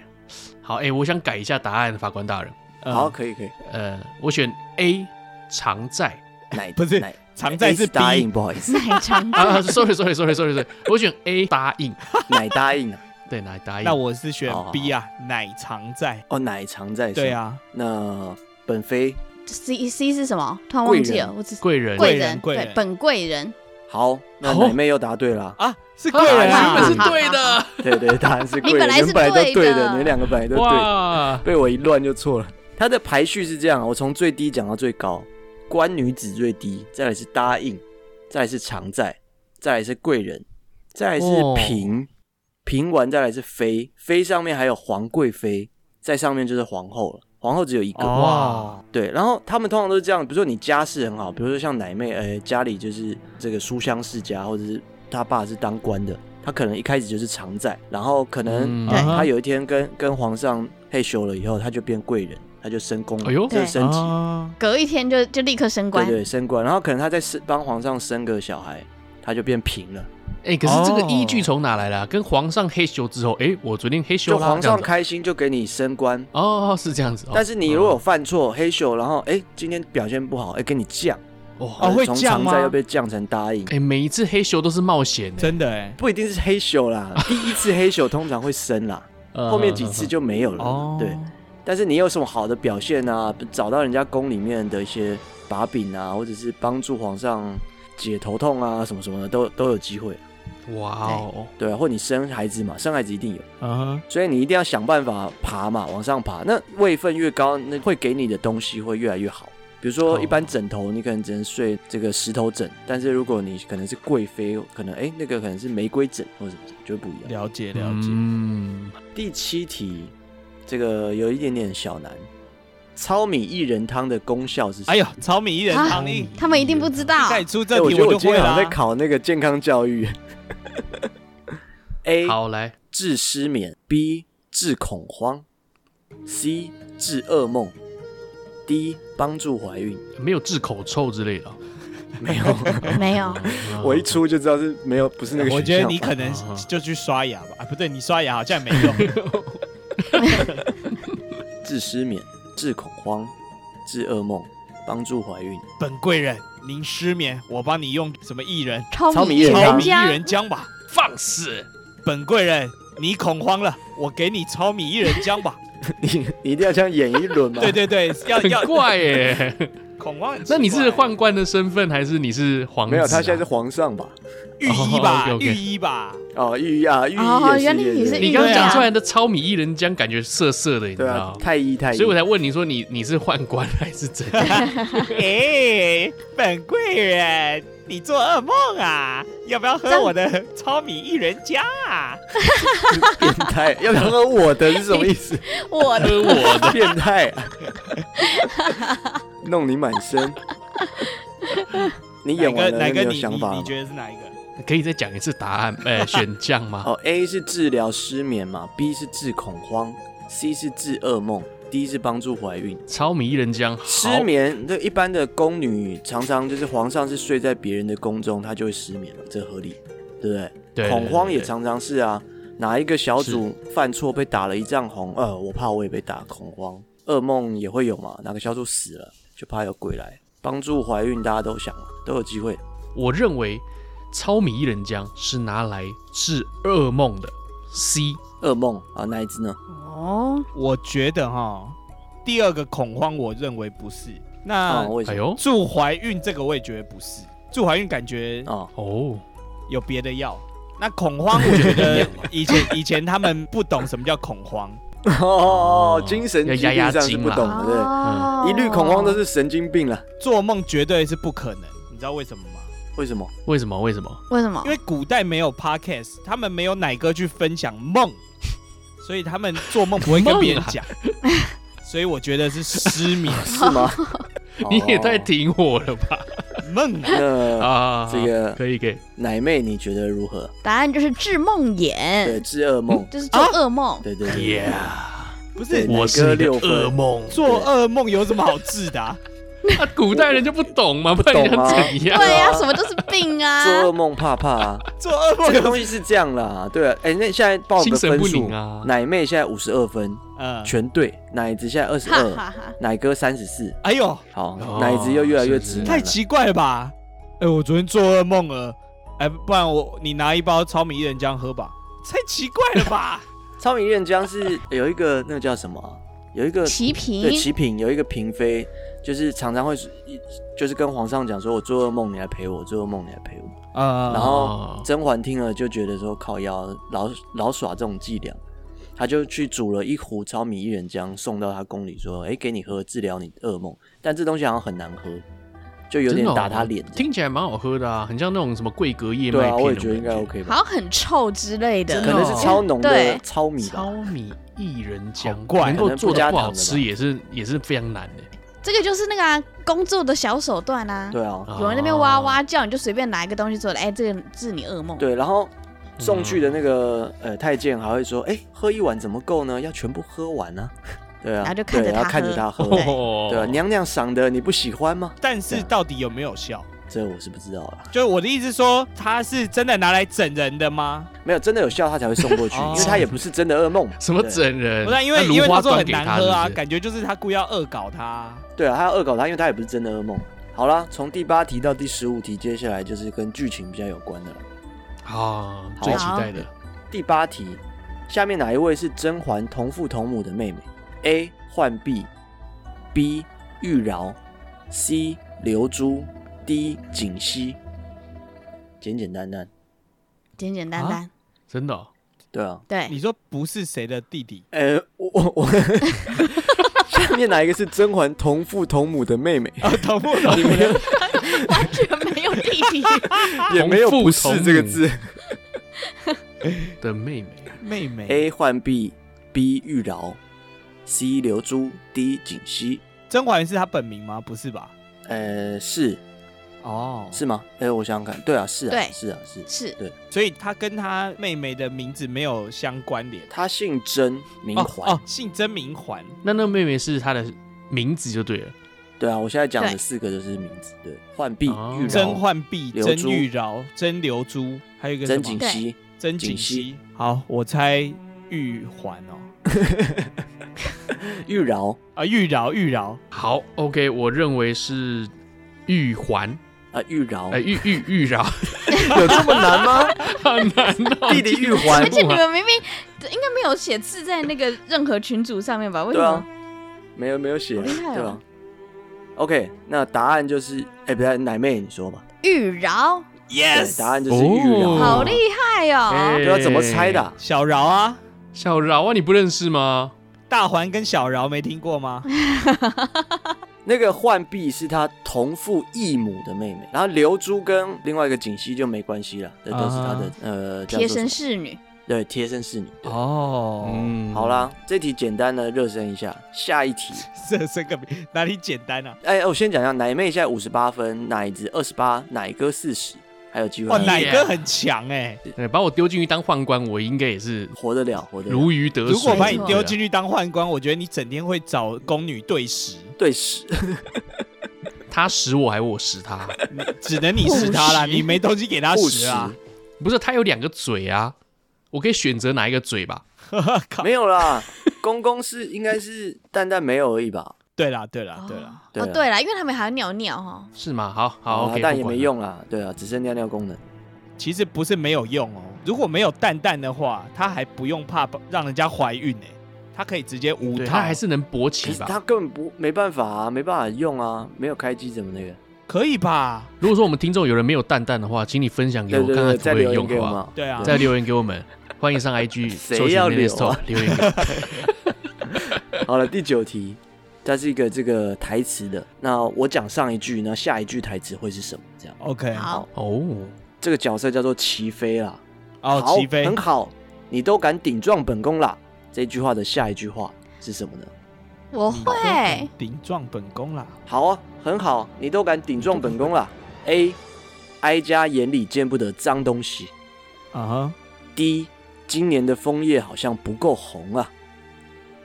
好，哎、我想改一下答案，法官大人。
呃
好，可以
(laughs)
可以，
呃，我选 A 常在
奶
不是
奶
常在
A
是 B
答应，不好意思，
(laughs)
奶长
(laughs)
啊，sorry sorry sorry sorry sorry，我选 A 答应，
奶答应啊，
对，奶答应。
那我是选
好好好
B 啊，奶常在。
哦，奶常在，
对，啊，
那本妃
C C 是什么？突然忘记了，我只
贵人
贵
人
人贵
对
人
本贵人，
好，那
好
奶妹又答对了啊。
啊是贵人
啊
原
啊
本，是对的，
对对，答案是贵
你
人，
本来是
你们本来都
对
对
的
的，你们两个本来都对的，
哇，
被我一乱就错了。它的排序是这样，我从最低讲到最高，官女子最低，再来是答应，再来是常在，再来是贵人，再来是
哦
嫔，嫔、完再来是妃，妃上面还有皇贵妃，在上面就是皇后了，皇后只有一个。
哦，
对，然后他们通常都是这样，比如说你家世很好，比如说像奶妹，呃，家里就是这个书香世家，或者是他爸是当官的，他可能一开始就是常在，然后可能、
嗯
哎
啊哈
他有一天跟跟皇上退休了以后，他就变贵人，他就升宫，
哎呦
就升级，
啊
隔一天就就立刻升
对
官，
对，升官，然后可能他再生帮皇上生个小孩，他就变平了，
哎、可是这个
哦
依据从哪来的、啊？跟皇上嘿咻之后，哎、我决定嘿咻
哦就
啦，
皇
这样
上
子
开心就给你升官，
哦，是这样子。哦
但是你如果有犯错、黑咻，然后哎今天表现不好，哎给你降，哎
哦，
哦会
从
降
常在
吗
又被降成答应
哎、。每一次嘿咻都是冒险的、
真的哎，
不一定是黑咻
(laughs)
啦，第一次黑咻通常会生啦，
呃
后面几次就没有了。
哦，
对，但是你有什么好的表现啊？找到人家宫里面的一些把柄啊，或者是帮助皇上解头痛啊，什么什么的，都都有机会。
哇哦，
对啊，或你生孩子嘛，生孩子一定有，
啊
所以你一定要想办法爬嘛，往上爬。那位分越高，那会给你的东西会越来越好。比如说，
哦
一般枕头你可能只能睡这个石头枕，但是如果你可能是贵妃，可能哎、那个可能是玫瑰枕或者什么，就会不一样。
了解了解，
嗯，
第七题，这个有一点点小难。糙米薏仁汤的功效是什么？
哎呦，糙米薏仁
啊
汤一
他们一定不知道。
开始出这
哎我
题
觉得我
就
今
会
天好像
了
在。考那个健康
(laughs)
教育。A
好来，
治失眠，B 治恐慌，C 治噩梦，D 帮助怀孕。
没有治口臭之类的哦。
没有，
没
(laughs)
有，
我一出就知道是没有，不是那个
啊
选项。
我觉得你可能
啊啊
就去刷牙吧，啊，不对，你刷牙好像没用。
(laughs)
能治失眠、治恐慌、治噩梦、帮助怀孕。 (laughs)
本贵人，您失眠，我帮你用什么薏仁？
超
超啊
米
米薏仁
糙
汤
米
浆
薏仁浆吧。
放肆！
本贵人，你恐慌了，我给你糙米薏仁浆
(laughs)
吧。
你你一定要这样演一轮
(laughs)
吗？
对对对，要
嗯很
要
怪
(laughs)
耶。
恐慌很奇怪。
那你是宦官的身份，还是你是皇子、啊？
没有，他现在是皇上吧？
御医
哦
吧？
，OK，OK
御医吧？
哦，御医啊，御医也是。
哦原来
也
你是
你
御
刚刚
医啊
讲出来的糙米薏仁浆，感觉涩涩的，你知
对
道
啊
吗，？
太医太医。
所以我
(laughs)
才问你说你你是宦官还是怎样？
哎，本贵人，你做噩梦啊？要不要喝我的糙米薏仁浆啊？
变态，要不要说我的是什么意思？
我的
喝我的
变态、
(laughs)
弄你满身。你演
哪
完
个
了，
哪个
那你有
你
想
你
法
你
吗？
觉得是哪一个？
可以再讲一次答案，呃，选项吗？
哦，A 是治疗失眠嘛，B 是治恐慌，C 是治噩梦，D 是帮助怀孕。
糙米薏仁浆，好
失眠，那一般的宫女常常就是皇上是睡在别人的宫中，她就会失眠了，这合理，对不对？
对
恐慌也
对
常常是啊，哪一个小组犯错被打了一丈红，呃，我怕我也被打，恐慌，噩梦也会有嘛，哪个小组死了就怕有鬼来帮助怀孕，大家都想都有机会，
我认为糙米薏仁浆是拿来治噩梦的。C，
噩梦啊，那一只呢？
哦，
我觉得哈，第二个恐慌，我认为不是。那
啊，为什
哎
么？
呦，
助怀孕这个我也觉得不是，助怀孕感觉
啊，
哦，
有别的药。那恐慌，我觉
(laughs)
得以前以前他们不懂什么叫恐慌，
哦，精神
要
疾
压压
病上是
惊
不
啦
懂的，对不
哦
对，一律恐慌都是神经病了，
做梦绝对是不可能，你知道为什么吗？
为什么？
为什么？为什么？
为什么
因？为古代没有 podcast，他们没有奶哥去分享梦， (laughs) 所以他们做梦不会跟别人
(laughs)
讲，所以我觉得是失眠
是 (laughs) 吗？
你也
哦
太挺我了吧？
梦啊。
那
啊，
这个
可以可以，
奶妹你觉得如何？
答案就是治梦
对，
魇，
治噩梦，
就是做
啊
噩梦。
对 (laughs) 对对，
Yeah，
不
对
是
我是
奶哥
你的
六分
噩梦。
做噩梦有什么好治
(laughs)
的、啊？
那古代人就不懂嘛，不然你
懂
想
啊
怎样？
对呀、什么都是病啊
(laughs) 做。噩梦怕怕啊，
做噩梦
(laughs)
有
这个
什么
东西是这样啦。对啊，哎，那现在报个
心神
分
不
数
宁，啊！
奶妹现在五十二分，
嗯，
全对，奶子现在二十
哈
二，
哈哈！
奶哥三十四。
哎呦，
哦
好，奶子又越来
是
越直
是
男
太
了。
奇怪了吧？哎、我昨天做噩梦了，哎、不然我你拿一包糙米薏仁浆喝吧，太奇怪了吧？
超米恋江是有一个那个叫什么啊？有一个
齐平
对，齐嫔有一个嫔妃，就是常常会一就是跟皇上讲说，我做噩梦，你来陪我；做噩梦，你来陪我。
呃，
(laughs) 然后
哦
甄嬛听了就觉得说，靠腰老老耍这种伎俩，她就去煮了一壶糙米薏仁浆送到她宫里，说，哎，给你喝，治疗你噩梦。但这东西好像很难喝，就有
真
点
的哦
打她脸这样。
听起来蛮好喝的啊，很像那种什么桂格燕
对
麦
啊，
片那种感觉。
我也觉得应该 OK
好
吧，
像很臭之类的，
真
可
的哦
能是超浓的
对
糙米吧
糙。米薏仁浆
好怪
能够做的不好吃
可能不加糖的吧
也是也是非常难的。
这个就是那个、啊、工作的小手段啊。
对啊，
有人那边哇哇叫，你就随便拿一个东西做的，哎，这个治你噩梦。
对，然后送
嗯
去的那个呃太监还会说，哎，喝一碗怎么够呢？要全部喝完啊。 (laughs) 对啊，
然后就看着
对要
他
看着
喝
他喝。
哦， (laughs)
对啊，娘娘赏的你不喜欢吗？
但是到底有没有效？
这我是不知道啦。
就是我的意思说，他是真的拿来整人的吗？
没有真的有效，他才会送过去，
哦
因为他也不是真的噩梦嘛。
什么
对
整人？
不是，啊因为
那芦
因为
花
他说
端
很
给
难
他
喝啊，
是不是
感觉就是他故意要恶搞他。
对啊，他要恶搞他，因为他也不是真的噩梦。好啦，从第八题到第十五题，接下来就是跟剧情比较有关的了。
啊，最期待的
第八题，下面哪一位是甄嬛同父同母的妹妹？A. 浣碧，B. 玉娆，C. 流珠，D. 槿汐。简简单单，
简简单单。
真的哦
对啊。
对，
你说不是谁的弟弟？ (laughs)
呃，我我我， (laughs) 下面哪一个是甄嬛同父同母的妹妹？
啊，同不同 (laughs) 不的？
完全没有弟弟。
也没
(laughs)
有
同父
不是这个字。
的妹妹，
妹妹，
A 浣碧，B 玉娆，C 流珠，D 槿汐。
甄嬛是他本名吗？不是吧？
呃，是
哦，
是吗？哎、我想想看，对啊，是啊
对，
是啊，是。 (laughs)
是
所以他跟他妹妹的名字没有相关联。
他姓甄，名
哦
嬛。
哦，姓甄名嬛。
那那妹妹是她的名字就对了。
对啊，我现在讲的
对
四个就是名字，对，浣碧、
哦
玉
甄
娆、
浣碧、
流
甄
珠
玉娆、甄流珠，还有一个
甄
什
槿
么？
汐。
甄
槿
槿
汐
汐。好，我猜玉环哦，
玉娆，
啊，玉娆，玉娆。
好，OK，我认为是玉环，
啊，玉
哎、
娆、
玉玉玉娆，
(laughs) 有这么难吗？
(laughs) 好难哦。
弟弟玉
(laughs)
环
而且你
不啊
们明明应该没有写字在那个任何群组上面吧？为什
对啊
么？，
没有没有写，
好厉害哦
对吧？OK，那答案就是，哎、不对，奶妹你说吧。
玉娆，
对，答案就是
哦
玉娆。
好厉害哦！
哎
对啊，怎么猜的啊、
小饶啊，
小饶啊，你不认识吗？
大环跟小饶没听过吗？
那个浣碧是她同父异母的妹妹，然后流珠跟另外一个锦汐就没关系了，这都是她的、
啊
呃叫做
贴
什么
身侍女，
对贴身侍女。对
哦，
嗯，
好，啦，这题简单的热身一下，下一
(laughs)
题。
这这个名哪里简单啊？
哎，我先讲一下，奶妹现在五十八分，奶子二十八，奶哥四十，还有机会
啊哦
哇，
还有
奶
机
哥很强哎、
哎把我丢进去当宦官，我应该也是
会活得了，活得了。
如鱼得水。
如果把你
没错
丢
啊
进去当宦官，我觉得你整天会找宫女对食，
对十，
他使我还我使他，
只能你食他啦，
不食
你没东西给他
务
食
实
啊。
不是他有两个嘴啊，我可以选择哪一个嘴吧？
靠
没有啦，公公是应该是蛋蛋没有而已吧？
(laughs) 对啦，对啦，对啦，
对
哦
啊，
对了，因为他们还要尿尿哦。
是吗？好 (laughs) 好
啊
，OK，
蛋
不
也
管
没
了。
用啦，对啊，只剩尿尿功能。
其实不是没有用哦。如果没有蛋蛋的话，他还不用怕让人家怀孕呢、他可以直接无
对，
套，
他还是能勃
可
起
是
吧？
他根本不没办法啊，没办法用啊，没有开机怎么那个？
可以吧？
如果说我们听众有人没有蛋蛋的话，请你分享给
对
我，
对
看
对，
看可
再
不可
留
以
言
用，
给我
好不
们
好？
啊。
对啊，
再留言给我们，欢迎上 IG
(laughs) 谁
搜寻
要
Ladies
留啊
Talk 留言给我们。
好了，第九题，它是一个这个台词的。那我讲上一句，那下一句台词会是什么？这样，
OK，
好，
哦，
这个角色叫做齐飞啦。
哦，
好
齐飞
很好，你都敢顶撞本宫啦。这句话的下一句话是什么呢？
我
你都敢
会
顶撞本宫啦。
好啊，很好，你都敢顶撞本宫啦。A，哀家眼里见不得脏东西。
嗯
啊哈，
D，今年的枫叶好像不够红啊。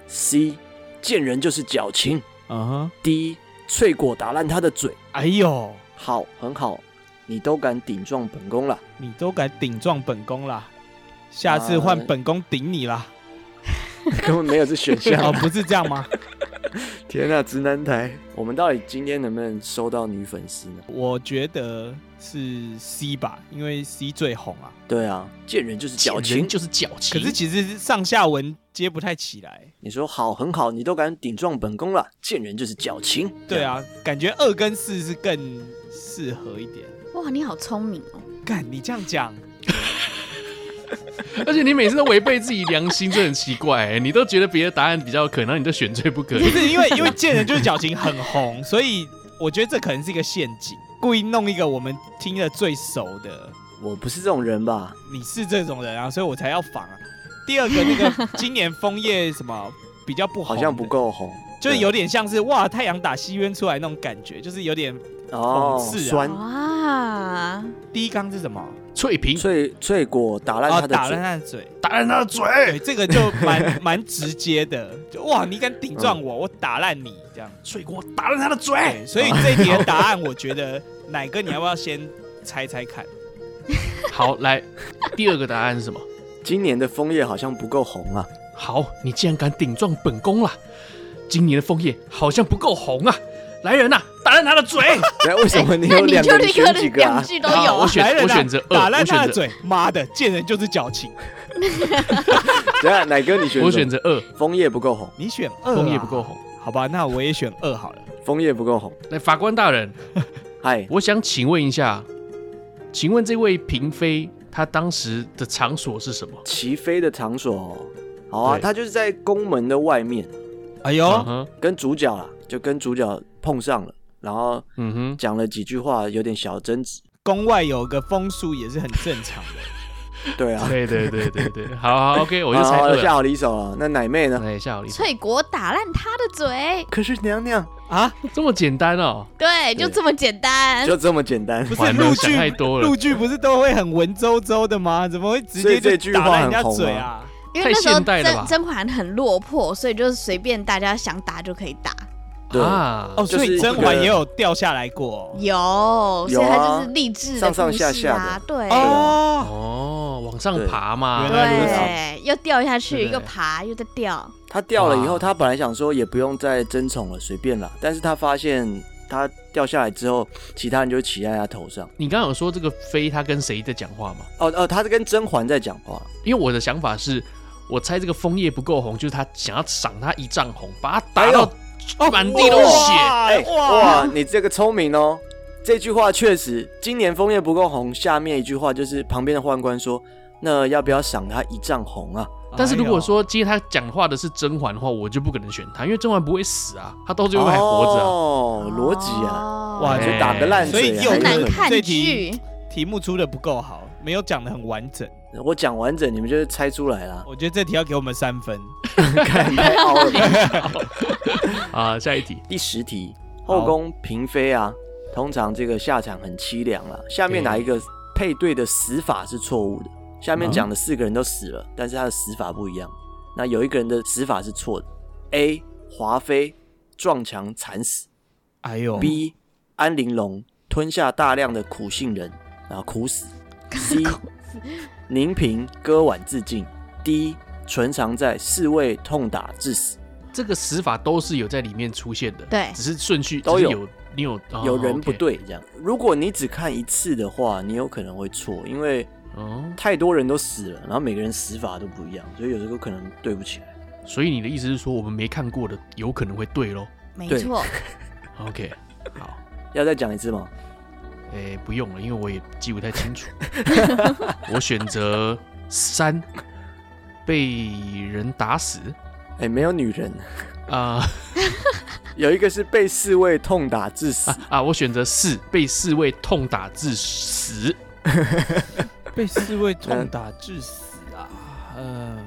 C，见人就是矫情。
啊
嗯
哈，
D，翠果打烂他的嘴。
哎呦，
好，很好，你都敢顶撞本宫啦。
你都敢顶撞本宫啦，下次换本宫顶你啦。
(laughs) 根本没有这选 (laughs)
哦，
项。
不是这样吗？ (laughs)
天呐、直男台，我们到底今天能不能收到女粉丝呢？
我觉得是 C 吧，因为 C 最红啊。
对啊，见人就是矫
见
情
人。就是矫情。
可是其实上下文接不太起来。
你说好，很好，你都敢顶撞本宫了，见人就是矫情。
对，啊，感觉二跟四是更适合一点。
哇，你好聪明哦！
干，你这样讲，
而且你每次都违背自己良心，这很奇怪、欸。你都觉得别的答案比较可能，然后你就选最不可
不。是因为因为见人就是矫情很红，所以我觉得这可能是一个陷阱，故意弄一个我们听的最熟的。
我不是这种人吧？
你是这种人啊，所以我才要仿啊。第二个
(laughs)
那个今年枫叶什么比较不红，
好像不，够红，
就是有点像是哇太阳打西渊出来那种感觉，就是有点
对哦，
讽刺啊
酸
哇，
第一缸是什么？
翠萍
翠翠果打烂
哦，
他的
打
嘴，
烂他的嘴。
打烂他的嘴，
对，这个就蛮蛮直接的，就哇你敢顶撞
(laughs)
我，我打烂你这样。
翠果打烂他的嘴。
对，所以这一题的答案，我觉得奶哥你要不要先猜猜看？
好，来，第二个答案是什么？
今年的枫叶好像不够红
(laughs)
啊。
好，你竟然敢顶撞本宫啦！今年的枫叶好像不够红啊！来人呐、打烂他的嘴！
哎，为什么你
那
有
你
两
就
个？你
立刻
选几个
两
啊？
句 (laughs) 都有
啊我
啊，
选
来人啊
我选择二
打烂他的
我选
嘴，妈的，见人就是矫情。
(laughs) 等一下奶哥你选什么？
我选择二，
枫叶不够红，
你选二、啊，
枫叶不够红。
好吧，那我也选二好了。
枫叶不够红。
来，法官大人，
嗨，
我想请问一下，请问这位嫔妃她当时的场所是什么？
齐飞的场所哦，好啊，
对
他就是在宫门的外面，
哎呦，
嗯哼，
跟主角啦，就跟主角碰上了，然后
嗯哼，
讲了几句话，有点小争执。
宫外有个风俗也是很正常的。
对啊，
对对对对对，好好，OK，我就猜
好
二
了下
了。
好离手了。那奶妹呢？
来，下好意思，
翠果打烂他的嘴，
可是娘娘
啊，
这么简单哦。
对，就这么简单。
就这么简单
不，
我
是
还没有
陆
想
剧
太多了
陆剧不是都会很文绉绉的吗？怎么会直接
所以这
就
句
打
话
烂
很
人家
红
嘴
吗
啊？
因为那时候
太现代了吧
甄甄嬛很落魄，所以就是随便大家想打就可以打。
对
啊，
哦，
就
所
是
以甄
一个
嬛也有掉下来过哦
有，所以它就是励志的
上上
故
下
事
下
啊，对
哦。哦，
哦，往上爬嘛
对原。来如此
对，又掉下去，
对对
又爬，又再掉，
他掉了以后，
哇
他本来想说也不用再争宠了，随便啦。但是他发现他掉下来之后，其他人就骑在他头上。
你刚刚有说这个妃她跟谁在讲话吗？
哦哦，他是跟甄嬛在讲话。
因为我的想法是，我猜这个枫叶不够红，就是他想要赏他一丈红，把他打到满地都是血。
哇
哎、
哇
哇，你这个聪明哦！这句话确实，今年枫叶不够红。下面一句话就是旁边的宦官说：“那要不要赏他一丈红啊
但是如果说今天他讲话的是甄嬛的话，我就不可能选他，因为甄嬛不会死啊，她到？”最后还活着、啊。
哦，逻辑啊，
哇
就打个烂
哦哎所以
嘴、啊。
又
很
还
哦难
有
看
这
剧
题。题目出的不够好，没有讲的很完整。
我讲完整，你们就猜出
(laughs)
来啦。哦
我觉得这题要给我们三分。
(laughs) 看太凹了吧。
啊，下一题，
第十题，
好
后宫嫔妃啊，通常这个下场很凄凉啦。下面哪一个配对的死法是错误的？下面讲的四个人都死了，但是他的死法不一样。那有一个人的死法是错的：A. 华妃撞墙惨死
哎呦
；B. 安陵容吞下大量的苦杏仁，然后苦死；C. 宁嫔割腕自尽；D. 纯常在侍卫痛打致死。
这个死法都是有在里面出现的，
对
只是顺序
都
只
有
是有，你有、哦
有人不
OK
对这样。如果你只看一次的话，你有可能会错，因为
哦，
太多人都死了，然后每个人死法都不一样，所以有时候可能对不起来。
所以你的意思是说我们没看过的有可能会对咯
没
对
错，
OK，好，
要再讲一次吗？
诶、不用了，因为我也记不太清楚。我选择三，被人打死。
哎，没有女人， (laughs)
啊、
有一个是被侍卫痛打致死，
啊！我选择四，被侍卫痛打致死。
被侍卫痛打致死啊！嗯，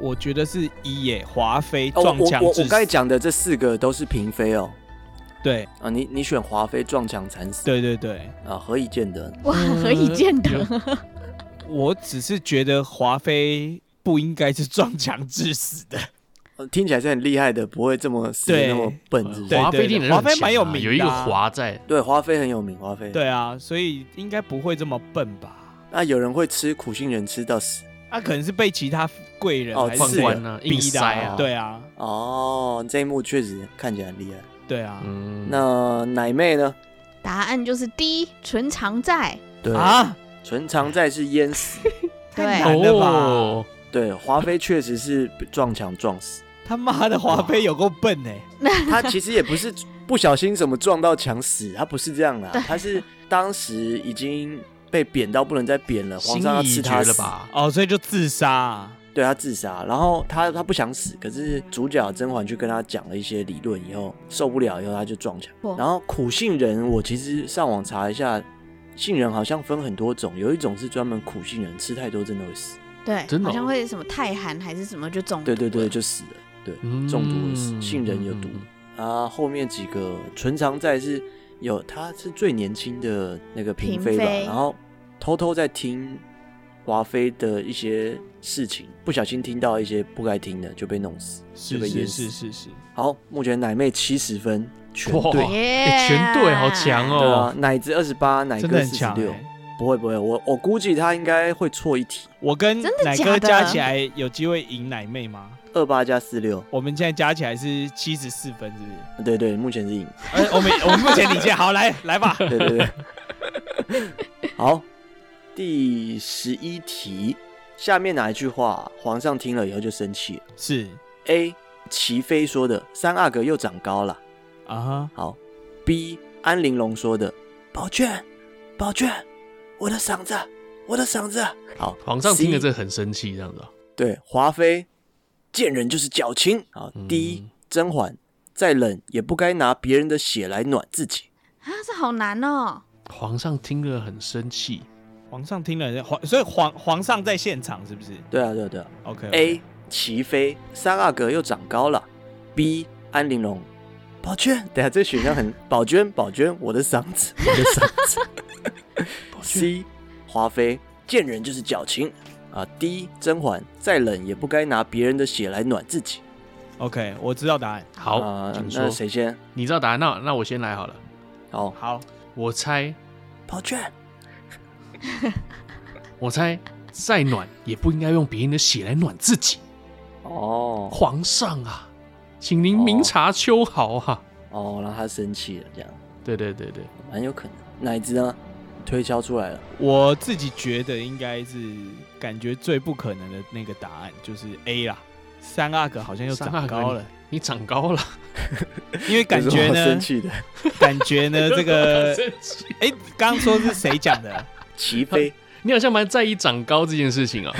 我觉得是一耶，华妃
哦，我
撞
我
墙
我
致
我
死。
刚才讲的这四个都是嫔妃哦。
对
啊，你你选华妃撞墙惨死
对对对，
啊，何以见得？
哇，何以见得？
嗯
我只是觉得华妃不应该是撞墙致死的。
呃听起来是很厉害的，不会这么死得
对
那么笨，是
嗯
不是
对
华妃令人很
华妃
强
蛮有
啊
名
有一个
的啊
华在。
对，华妃很有名，华妃。，
对啊，所以应该不会这么笨吧？
那有人会吃苦杏仁吃到死
他、可能是被其他贵人
哦
还
宦
是
是
官啊，硬
逼的、
塞啊，，
对啊，
哦，这一幕确实看起来很厉害。
对啊。
嗯，
那奶妹呢？
答案就是 D，纯常在。
对，
啊，
纯常在是淹死，
太
那
难了吧？
哦，
对，华妃确实是被撞墙撞死，
他妈的，华妃有够笨哎、
她其实也不是不小心怎么撞到墙死，她不是这样啦，
对
她是当时已经被贬到不能再贬了，皇
心
上要
意
吃
已决
她
了
死，
吧？
哦，所以就自杀、啊。
对她自杀，然后她她不想死，可是主角甄嬛去跟她讲了一些理论以后，受不了以后她就撞墙
哇，
然后苦杏仁我其实上网查一下，杏仁好像分很多种，有一种是专门苦杏仁，吃太多真的会死，
对，
真的哦
好像会什么太寒还是什么就中毒
对对对，
了
就死了，对，
嗯
中毒会死，杏仁有毒。啊，后面几个纯常在是有，她是最年轻的那个嫔妃吧，
嫔妃
然后偷偷在听华妃的一些事情，不小心听到一些不该听的，就被弄死。
是
被
是
淹死
是是是，
好，目前奶妹七十分，全
哇
啊
对，
哎全对，好强
对啊
哦！，
奶子二十八，奶
真的
哥
很
四十
强、
六，
欸。
不会不会，我我估计她应该会错一题，
我跟
真的
奶
假
哥
的
加起来有机会赢奶妹吗？
二八加四六，
我们现在加起来是七十四分，是不是？
对对，目前是赢，
呃，我们我们目前领先，好来来吧。
(laughs) 对对对，好，第十一题。下面哪一句话皇上听了以后就生气了？
是
A. 齐飞说的“三阿哥又长高了
啊哈，”，
好。B. 安玲珑说的“宝卷，宝卷，我的嗓子，我的嗓子”，好。
皇上听了
C，
这很生气，这样子哦。
对华妃，见人就是矫情。好。
嗯
D. 甄嬛，再冷也不该拿别人的血来暖自己。
啊，这好难哦。
皇上听了很生气，
皇上听了皇，所以皇皇上在现场是不是
对啊，对啊，对啊。
？OK,
A. 齐飞，三阿哥又长高了。B. 安玲珑，宝娟，等下这选项 (laughs) 很宝娟，宝娟，我的嗓子，我的嗓子。C. (laughs) 华妃，见人就是矫情啊。D. 甄嬛，再冷也不该拿别人的血来暖自己。
OK，我知道答案。
好，
啊
请说
那。谁先？
你知道答案，那那我先来好了。
好，
好，
我猜，
宝娟，
我猜，再暖也不应该用别人的血来暖自己。
哦
皇上啊，请您明察秋毫啊。
哦，让他生气了，这样
对对对对，
蛮有可能。哪一只呢？推敲出来了，
我自己觉得应该是感觉最不可能的那个答案就是 A 啦。三阿哥好像又
三
长
阿哥 (laughs)
高了，
你长高了，
因为感觉
这是我
呢
生，气的
感觉呢，
(laughs)
这
很
个
生气
哎，刚刚说是谁讲的？
齐飞。
你好像蛮在意长高这件事情
(laughs)
啊。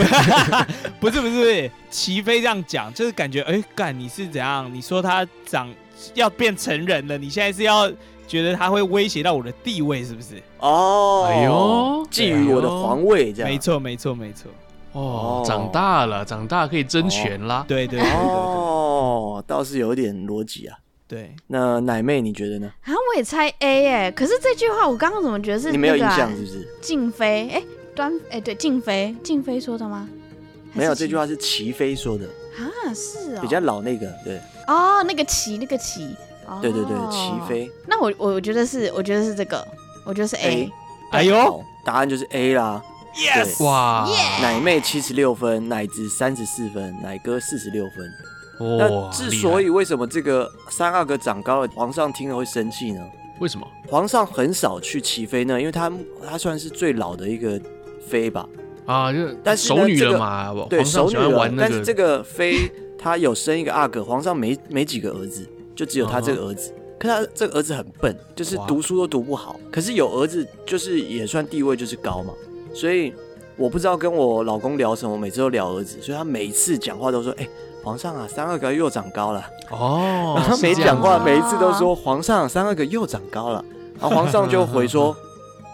不是不是不是，齐飞这样讲，就是感觉哎，干、你是怎样？你说他长要变成人了，你现在是要觉得他会威胁到我的地位，是不是？
哦，
哎呦
觊觎我的皇位，这样
没错没错没错，
哦
哦，
长大了，长大可以争权啦。
对对对对对
哦，倒是有点逻辑啊。
对，
那奶妹你觉得呢？
啊，我也猜 A 哎，可是这句话我刚刚怎么觉得是
你没有
那
印
个啊
象是不是？
静妃哎，端哎对，静妃，静妃说的吗？还是
没有，
秦
这句话是齐飞说的，
啊，是哦，
比较老那个。对
哦，那个棋，那个棋，哦、
对对对，齐。飞
那我我我觉得是，我觉得是这个，我觉得是 A，,
A。
哎呦
好答案就是 A 啦。
，yes，
哇，
奶妹七十六分，奶子三十四分，奶哥四十六分。那
哇，
之
厉害
所以为什么这个三阿哥长高了，皇上听了会生气呢？
为什么？
皇上很少去齐妃那，因为他他算是最老的一个妃吧。
啊，就
但是呢
熟女
这
了
个
嘛，
对，
哦皇上
熟
喜
女
欢
了
玩。那
但是
个
这个妃她有生一个阿哥， (laughs) 皇上没没几个儿子，就只有她这个儿子。可她这个儿子很笨，就是
哇
读书都读不好。可是有儿子，就是也算地位就是高嘛。所以我不知道跟我老公聊什么，每次都聊儿子，所以他每次讲话都说：“哎、宝皇上啊，三阿哥又长高了。
哦
(laughs) 然后，没
是这样
讲话，
子
每一次都说皇上三阿哥又长高了，然后皇上就
(laughs)
回说。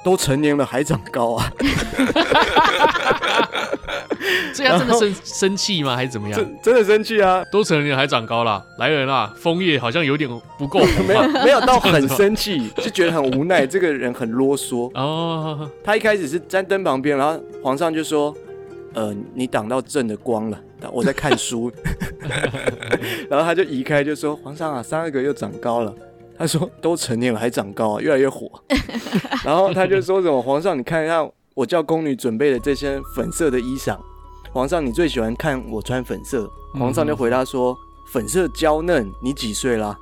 都成年了还长高啊！ (laughs)
这样真的生生气吗？还是怎么样？
真真的生气啊！
都成年人还长高了，来人啊，枫叶好像有点不够红啊
(laughs) 没有
吧？
没有到很生气，就觉得很无奈，这个人很啰嗦。
哦，
他一开始是站灯旁边，然后皇上就说：“呃，你挡到朕的光了，我在看书。”然后他就移开，就说：“皇上啊，三阿哥又长高了。”他说：“都成年了还长高啊，越来越火。”然后他就说什么：“皇上，你看一下我叫宫女准备的这身粉色的衣裳，皇上你最喜欢看我穿粉色。”皇上就回答说：“粉色娇嫩，你几岁啦？”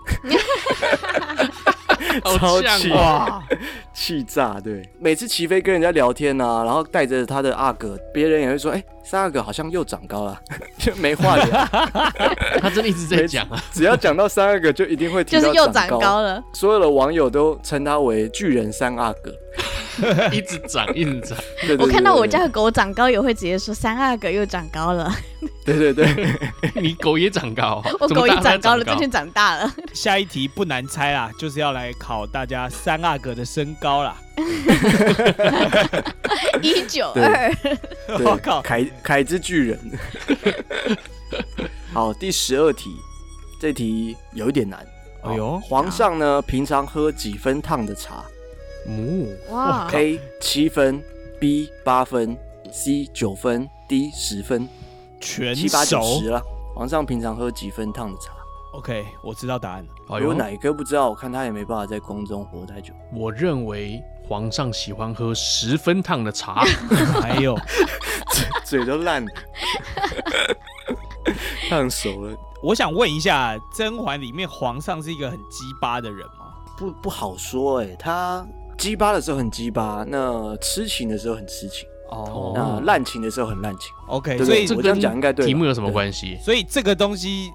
好
超
像
气
哦
哇，
气炸，对。每次齐飞跟人家聊天啊，然后带着他的阿哥，别人也会说，哎、三阿哥好像又长高了， (laughs) 就没话聊。
他真的一直在讲啊，
只要讲到三阿哥，就一定会提
就
到
是又
长
长高了，
所有的网友都称他为巨人三阿哥。
一直长，一直长。
对对
我看到我家
对
的狗长高也会直接说三阿哥又长高
(laughs)
了，
对对对，
你狗也长高啊，
我
怎么
狗
大
也
家
长高
高
了，最近长大
(laughs)
了。
下一题不难猜啦，就是要来考大家三阿哥的身高啦。
一九二
对，对
我靠，
凯凯之巨人。 (laughs) 好，第十二题，这题有一点难。
哎呦，
皇上呢，平常喝几分烫的茶
母
哇，
？A 七分，B 八分，C 九分，D 十分。
全
七八九
熟
十。了。皇上平常喝几分烫的茶？
OK，我知道答案了。
哎
如
呦
果，哪一个不知道，我看他也没办法在宫中活太久。 (laughs)
我认为皇上喜欢喝十分烫的茶，
哎呦，
嘴都烂了， (laughs) 烫熟了，
(laughs) 我想问一下，甄嬛里面皇上是一个很鸡巴的人吗？
不不好说哎、他鸡巴的时候很鸡巴，那痴情的时候很痴情，
哦
那滥情的时候很滥情。
，OK，
对
所以
对
这
我这样
跟
讲应该对吧
题目有什么关系？
所以这个东西，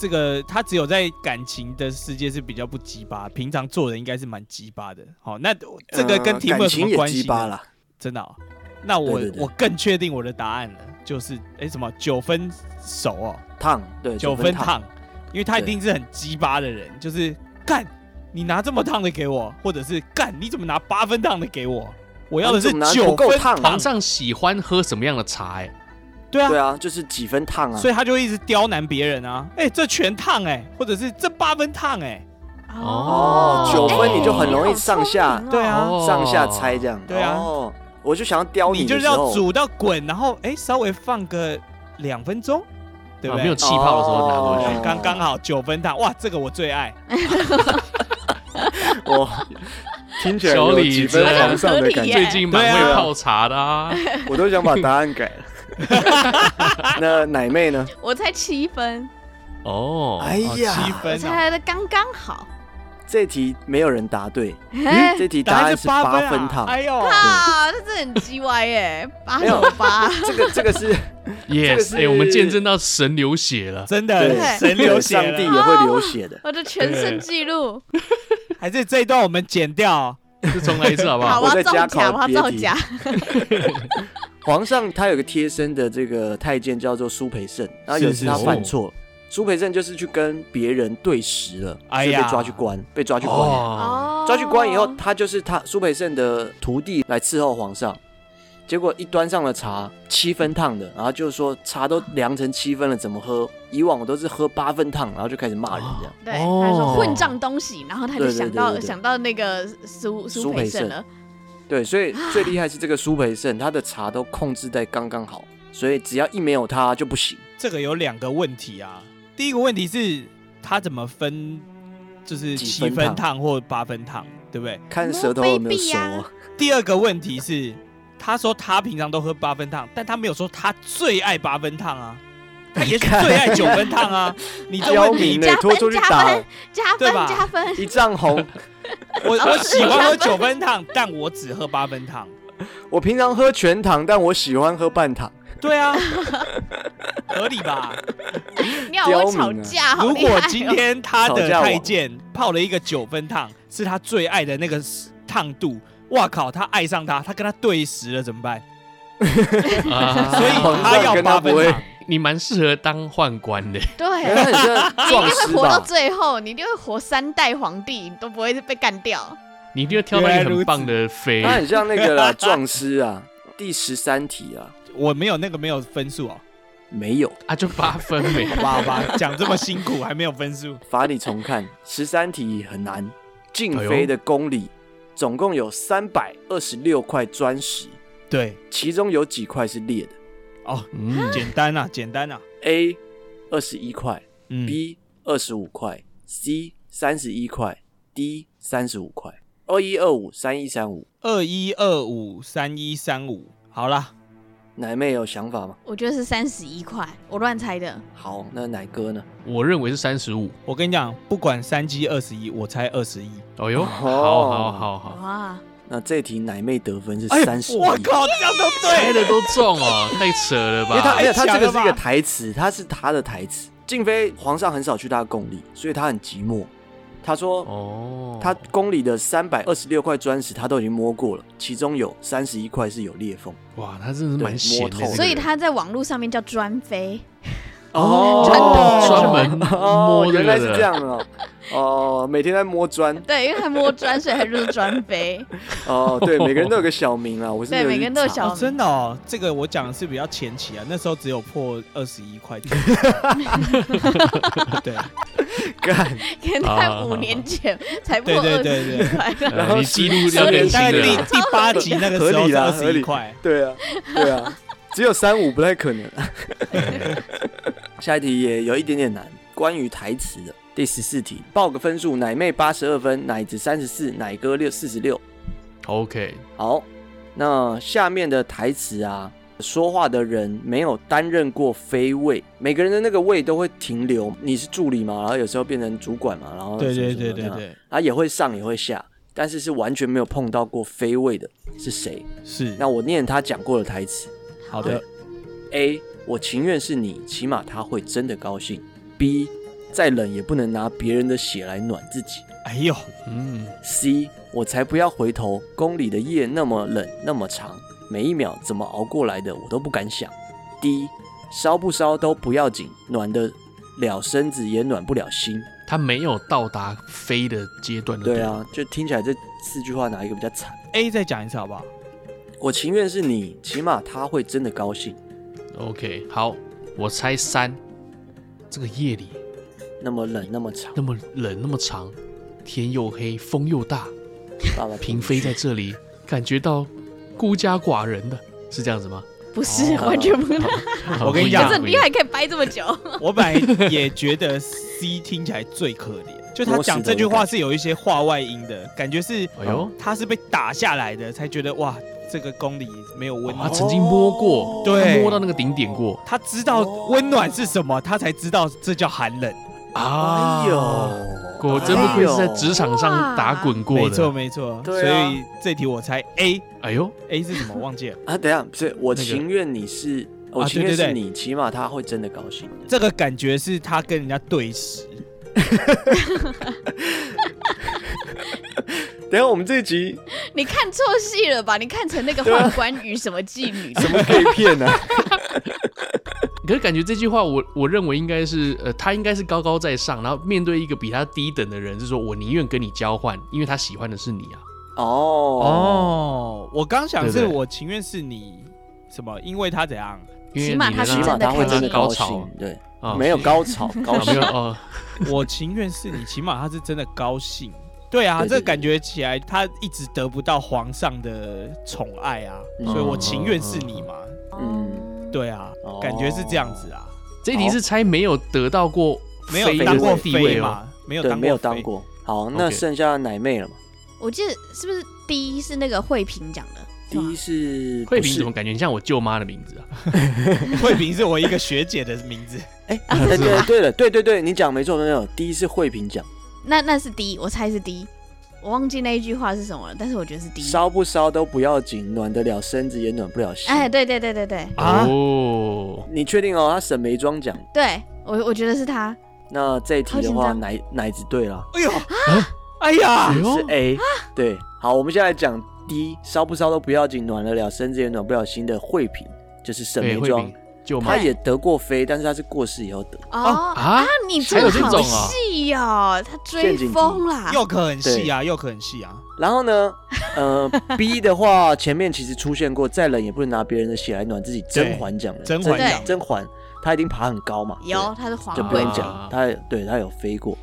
这个他只有在感情的世界是比较不鸡巴，平常做人应该是蛮鸡巴的。好，那这个跟
呃
题目有
感
什
情
么
也
关系
鸡
呢？
巴啦，
真的、哦？那我
对对对
我更确定我的答案了，就是哎、诶什么九分熟哦，
烫对
九
分
分，烫，因为他一定是很鸡巴的人，就是干你拿这么烫的给我，或者是干你怎么拿八分烫的给我？我要的是
啊你怎么拿
九
不够
分
烫啊
皇上喜欢喝什么样的茶？哎，
对啊
对，啊，就是几分烫啊
所。以他就会一直刁难别人啊，哎、这全烫哎、或者是这八分烫哎、
哦，九分
哎
你就很容易上下，
对啊
哦
上下猜这样。
对啊
哦，我就想要刁
你
你
就
的
是
时候，
要煮到滚，然后哎、稍微放个两分钟，对不
啊
对？
没有气泡的时候拿过
哦
去。
刚
(laughs)
刚好九分烫，哇，这个我最爱。
哇，听起来
小
有
李
几分
真
皇上的感
合理
觉，
耶
最近蛮
对
会
啊
泡茶的啊，
我都想把答案
(laughs)
改了。那奶妹呢？
我才七分，
哦，
哎
哦七
呀，
我
分、啊，
猜的刚刚好。
这题没有人答对，
哎
这题
答
答案是
是八
八
分
分
啊！
烫。
哎呦，
啊，这真的很鸡歪耶，八
没有
九
(laughs)
八，
这个这个
(laughs)
是这个
yes，
是
哎，我们见证到神流血了，
真
对
的神流血
上帝
了，
也会流血的。
我的全身记录。
还是这一段我们剪掉。
就重来一次好不
好，
好？
我
我
要
在
造
家
假，
考
我要
别
造
题
假。
皇上他有个贴身的这个太监叫做苏培盛，然后有一次
是
他
是哦
犯错，苏培盛就是去跟别人对食了，
哎
所以被
呀
抓去关，被抓去关。
哦，
哦
抓去关以后，他就是他苏培盛的徒弟来伺候皇上。结果一端上了茶，七分烫的，然后就说茶都量成七分了，怎么喝？以往我都是喝八分烫，然后就开始骂人这样。
对，
哦
他说混账东西，然后他就
对对
想
对
到
对对
想到那个苏苏
苏
培
培
盛
盛
了，
对，所以最厉害是这个苏培盛，他的茶都控制在刚刚好，所以只要一没有他就不行。
这个有两个问题啊，第一个问题是他怎么分，就是
几
七
分
分
烫
烫或八分烫，对不对？
看舌头有没有熟啊、
摸
第二个问题是，他说他平常都喝八分烫，但他没有说他最爱八分烫啊，他也许最爱九分烫啊。你这
刁 (laughs)
问题
民呢、
加分
拖出去
加
打
分加
对
分
吧
加分，
一丈红。
我我喜欢喝九分烫，但我只喝八分烫。
我平常喝全糖，但我喜欢喝半糖。
对
(laughs)
啊，合理吧？
你好会
刁
吵
民啊
架，好
如
厉害
果
哦
今天他的
吵架王
太监泡了一个九分烫，是他最爱的那个烫度，哇靠，他爱上他，他跟他对食了怎么办？
啊
所以
皇
他
上
要
跟
八
他
分
不会
烫，
你蛮适合当宦官的， (laughs)
对，
哎那你这
你一
壮
定会
士
活到 (laughs)
吧？
最后，你一定会活三代皇帝，你都不会被干掉。
你一定要挑到一个很棒的妃
他。很像那个啦，壮士啊，第十三题啊，
我没有那个没有分数哦，
没有，
(laughs) 啊，就八分欸没
好吧好吧， (laughs) 讲这么辛苦还没有分数，
罚你重看十三题很难。静
哎呦
妃的宫里总共有三百二十六块砖石，
对
其中有几块是裂的
哦，
嗯，
简单啊，简单啊，
？A 二十一块
嗯
，B 二十五块，C 三十一块，D 三十五块。二一二五三一三五，
二一二五三一三五，好啦，
奶妹有想法吗？
我觉得是三十一块，我乱猜的。
好，那奶哥呢？
我认为是三十五。
我跟你讲，不管三七二十一，我猜二十一。
哦哟，
哦
好好好好，
哇，
那这题奶妹得分是
哎
三十一，
我靠，这样都
猜
对
哎的都中
(laughs)
哦，太扯了
因为他哎
吧？
没有，他
太
这
强
个
了
是
吧
一个台词，他是他的台词。静妃皇上很少去他的宫里，所以他很寂寞。他说
哦，
他宫里的三百二十六块砖石他都已经摸过了，其中有三十一块是有裂缝。
哇，他真的是蛮闲的
对摸，透
所以他在网络上面叫专飞，
哦
专
专门
哦
摸，这
原来
个
是这
的。
样哦。哦，每天在摸砖。
(laughs) 对，因为他摸砖，所以他就是专
(laughs)
飞。
哦，对，每个人都有个小名啊，我是
对
没有
每
去
个人都有
查
小
哦，真的哦，这个我讲的是比较前期啊，那时候只有破二十一块
(laughs)
钱。对
干，
可能在五年 (laughs) 前才破
对
二
对
十
对
一
对，
块，
呃你记录
有
要
大概
更
点
新
大概
的
第
啦，
第八集那个时
合
候
理
是
啦
二
合
十
理
一块。
对啊，对啊，只有三五不太可能。 (laughs) 下一题也有一点点难，关于台词的。第十四题，报个分数，奶妹八十二分，奶子三十四，奶哥六四十六。
OK，
好，那下面的台词啊，说话的人没有担任过妃位，每个人的那个位都会停留。你是助理嘛，然后有时候变成主管嘛，然后
对对
什么
对
什么
对
的啊，
对，
啊也会上也会下，但是是完全没有碰到过妃位的是谁？
是。
那我念他讲过的台词。
好的，
A，我情愿是你，起码他会真的高兴。B，再冷也不能拿别人的血来暖自己。
哎呦，
嗯，
C，我才不要回头，宫里的夜那么冷那么长，每一秒怎么熬过来的我都不敢想。D，烧不烧都不要紧，暖得了身子也暖不了心。
他没有到达飞的阶段的，
对，啊，就听起来这四句话哪一个比较惨？
A 再讲一次好不好？
我情愿是你，起码他会真的高兴。
OK，好，我猜三。这个夜里
那么冷那么长，
那么冷，那么长，天又黑，风又大，
爸爸
嫔妃在这里感觉到孤家寡人的，是这样子吗？
(laughs) 不是
哦
完全不是。
我跟你讲
可是
不
你
一样
还可以掰这么久，
我本来也觉得 C 听起来最可怜，就他讲这句话是有一些话外音的感觉，是
哎呦，
他是被打下来的，才觉得哇，这个宫里没有温
他
暖。
哦
曾经摸过，
对
他摸到那个顶点过
他知道温暖是什么，他才知道这叫寒冷。
啊！
哎呦，
果真不愧是在职场上
哇
打滚过
没错
的。
没错，所
对啊
以这题我猜 A。
哎呦，
A 是什么？忘
(laughs)
记了。
啊，等一下，不是，我
那个
情愿你是，我
啊
情愿
对对
是
对
你，起码他会真的高兴。
这个感觉是他跟人家对视，
等一下啊我们这一集
你看错戏了吧？你看成那个宦官与什么妓女了？
怎么可以骗呢、 (laughs) 啊？
可是感觉这句话我，我认为应该是，呃，他应该是高高在上，然后面对一个比他低等的人，是说我宁愿跟你交换，因为他喜欢的是你啊。
哦
哦，我刚想
对
是
不对
我情愿是你什么，因为他怎
(laughs)
样，
因为
起码
你
他
能
是
起
让
码
真的
他会真的
高
高
潮
兴，对，
哦
啊
没有
(laughs)
高潮，高
啊没
兴
有。哦，
我情愿是你，起码他是真的高兴。对啊，
对对
这个感觉起来他一直得不到皇上的宠爱啊，
嗯
所以我情愿是你嘛。
嗯，
对啊
哦，
感觉是这样子啊，
这题是猜没有得到过
没
妃的
有当过
地
妃
位哦。
嘛，没有
对，
当
没有
过
当
妃。
过。好，那
OK
剩下奶妹了嘛？
(laughs) 我记得是不是第一是那个惠平讲的？
第一是
惠
啊
不
平
是
怎么感觉像我舅妈的名字啊？
惠平是我一个学姐的名
(laughs)
字，
哎，对对对了，对对对，你讲没错没错，第一是惠平讲，
(laughs) 那那是 D，我猜是 D，我忘记那一句话是什么了，但是我觉得是
嗯
D。
烧不烧都不要紧，暖得了身子也暖不了心。
哎，对对对对对
啊
哦，
你确定哦？他沈眉庄讲，
对，我我觉得是他，
那这一题的
好紧
话，
张
奶奶子对了。
哎呦，哎呀
哎，呦
啊是 A，、对，好，我们现在讲 D，烧不烧都不要紧，暖得了身子也暖不了心的惠品，就是沈
对，哎
眉
惠
庄
平，舅妈
他也得过妃，但是他是过世以后得。
哦
啊
啊，你
还有这
真的好
种啊
细哦，他追风啦，
又可很细啊，又可很细啊。
然后呢，呃，B 的话前面其实出现过，再冷也不能拿别人的血来暖自己。甄嬛讲的，
甄嬛
讲的
甄嬛，她一定爬很高嘛，对
有他是皇
就不
贵
用
啊
讲，她对她有飞过。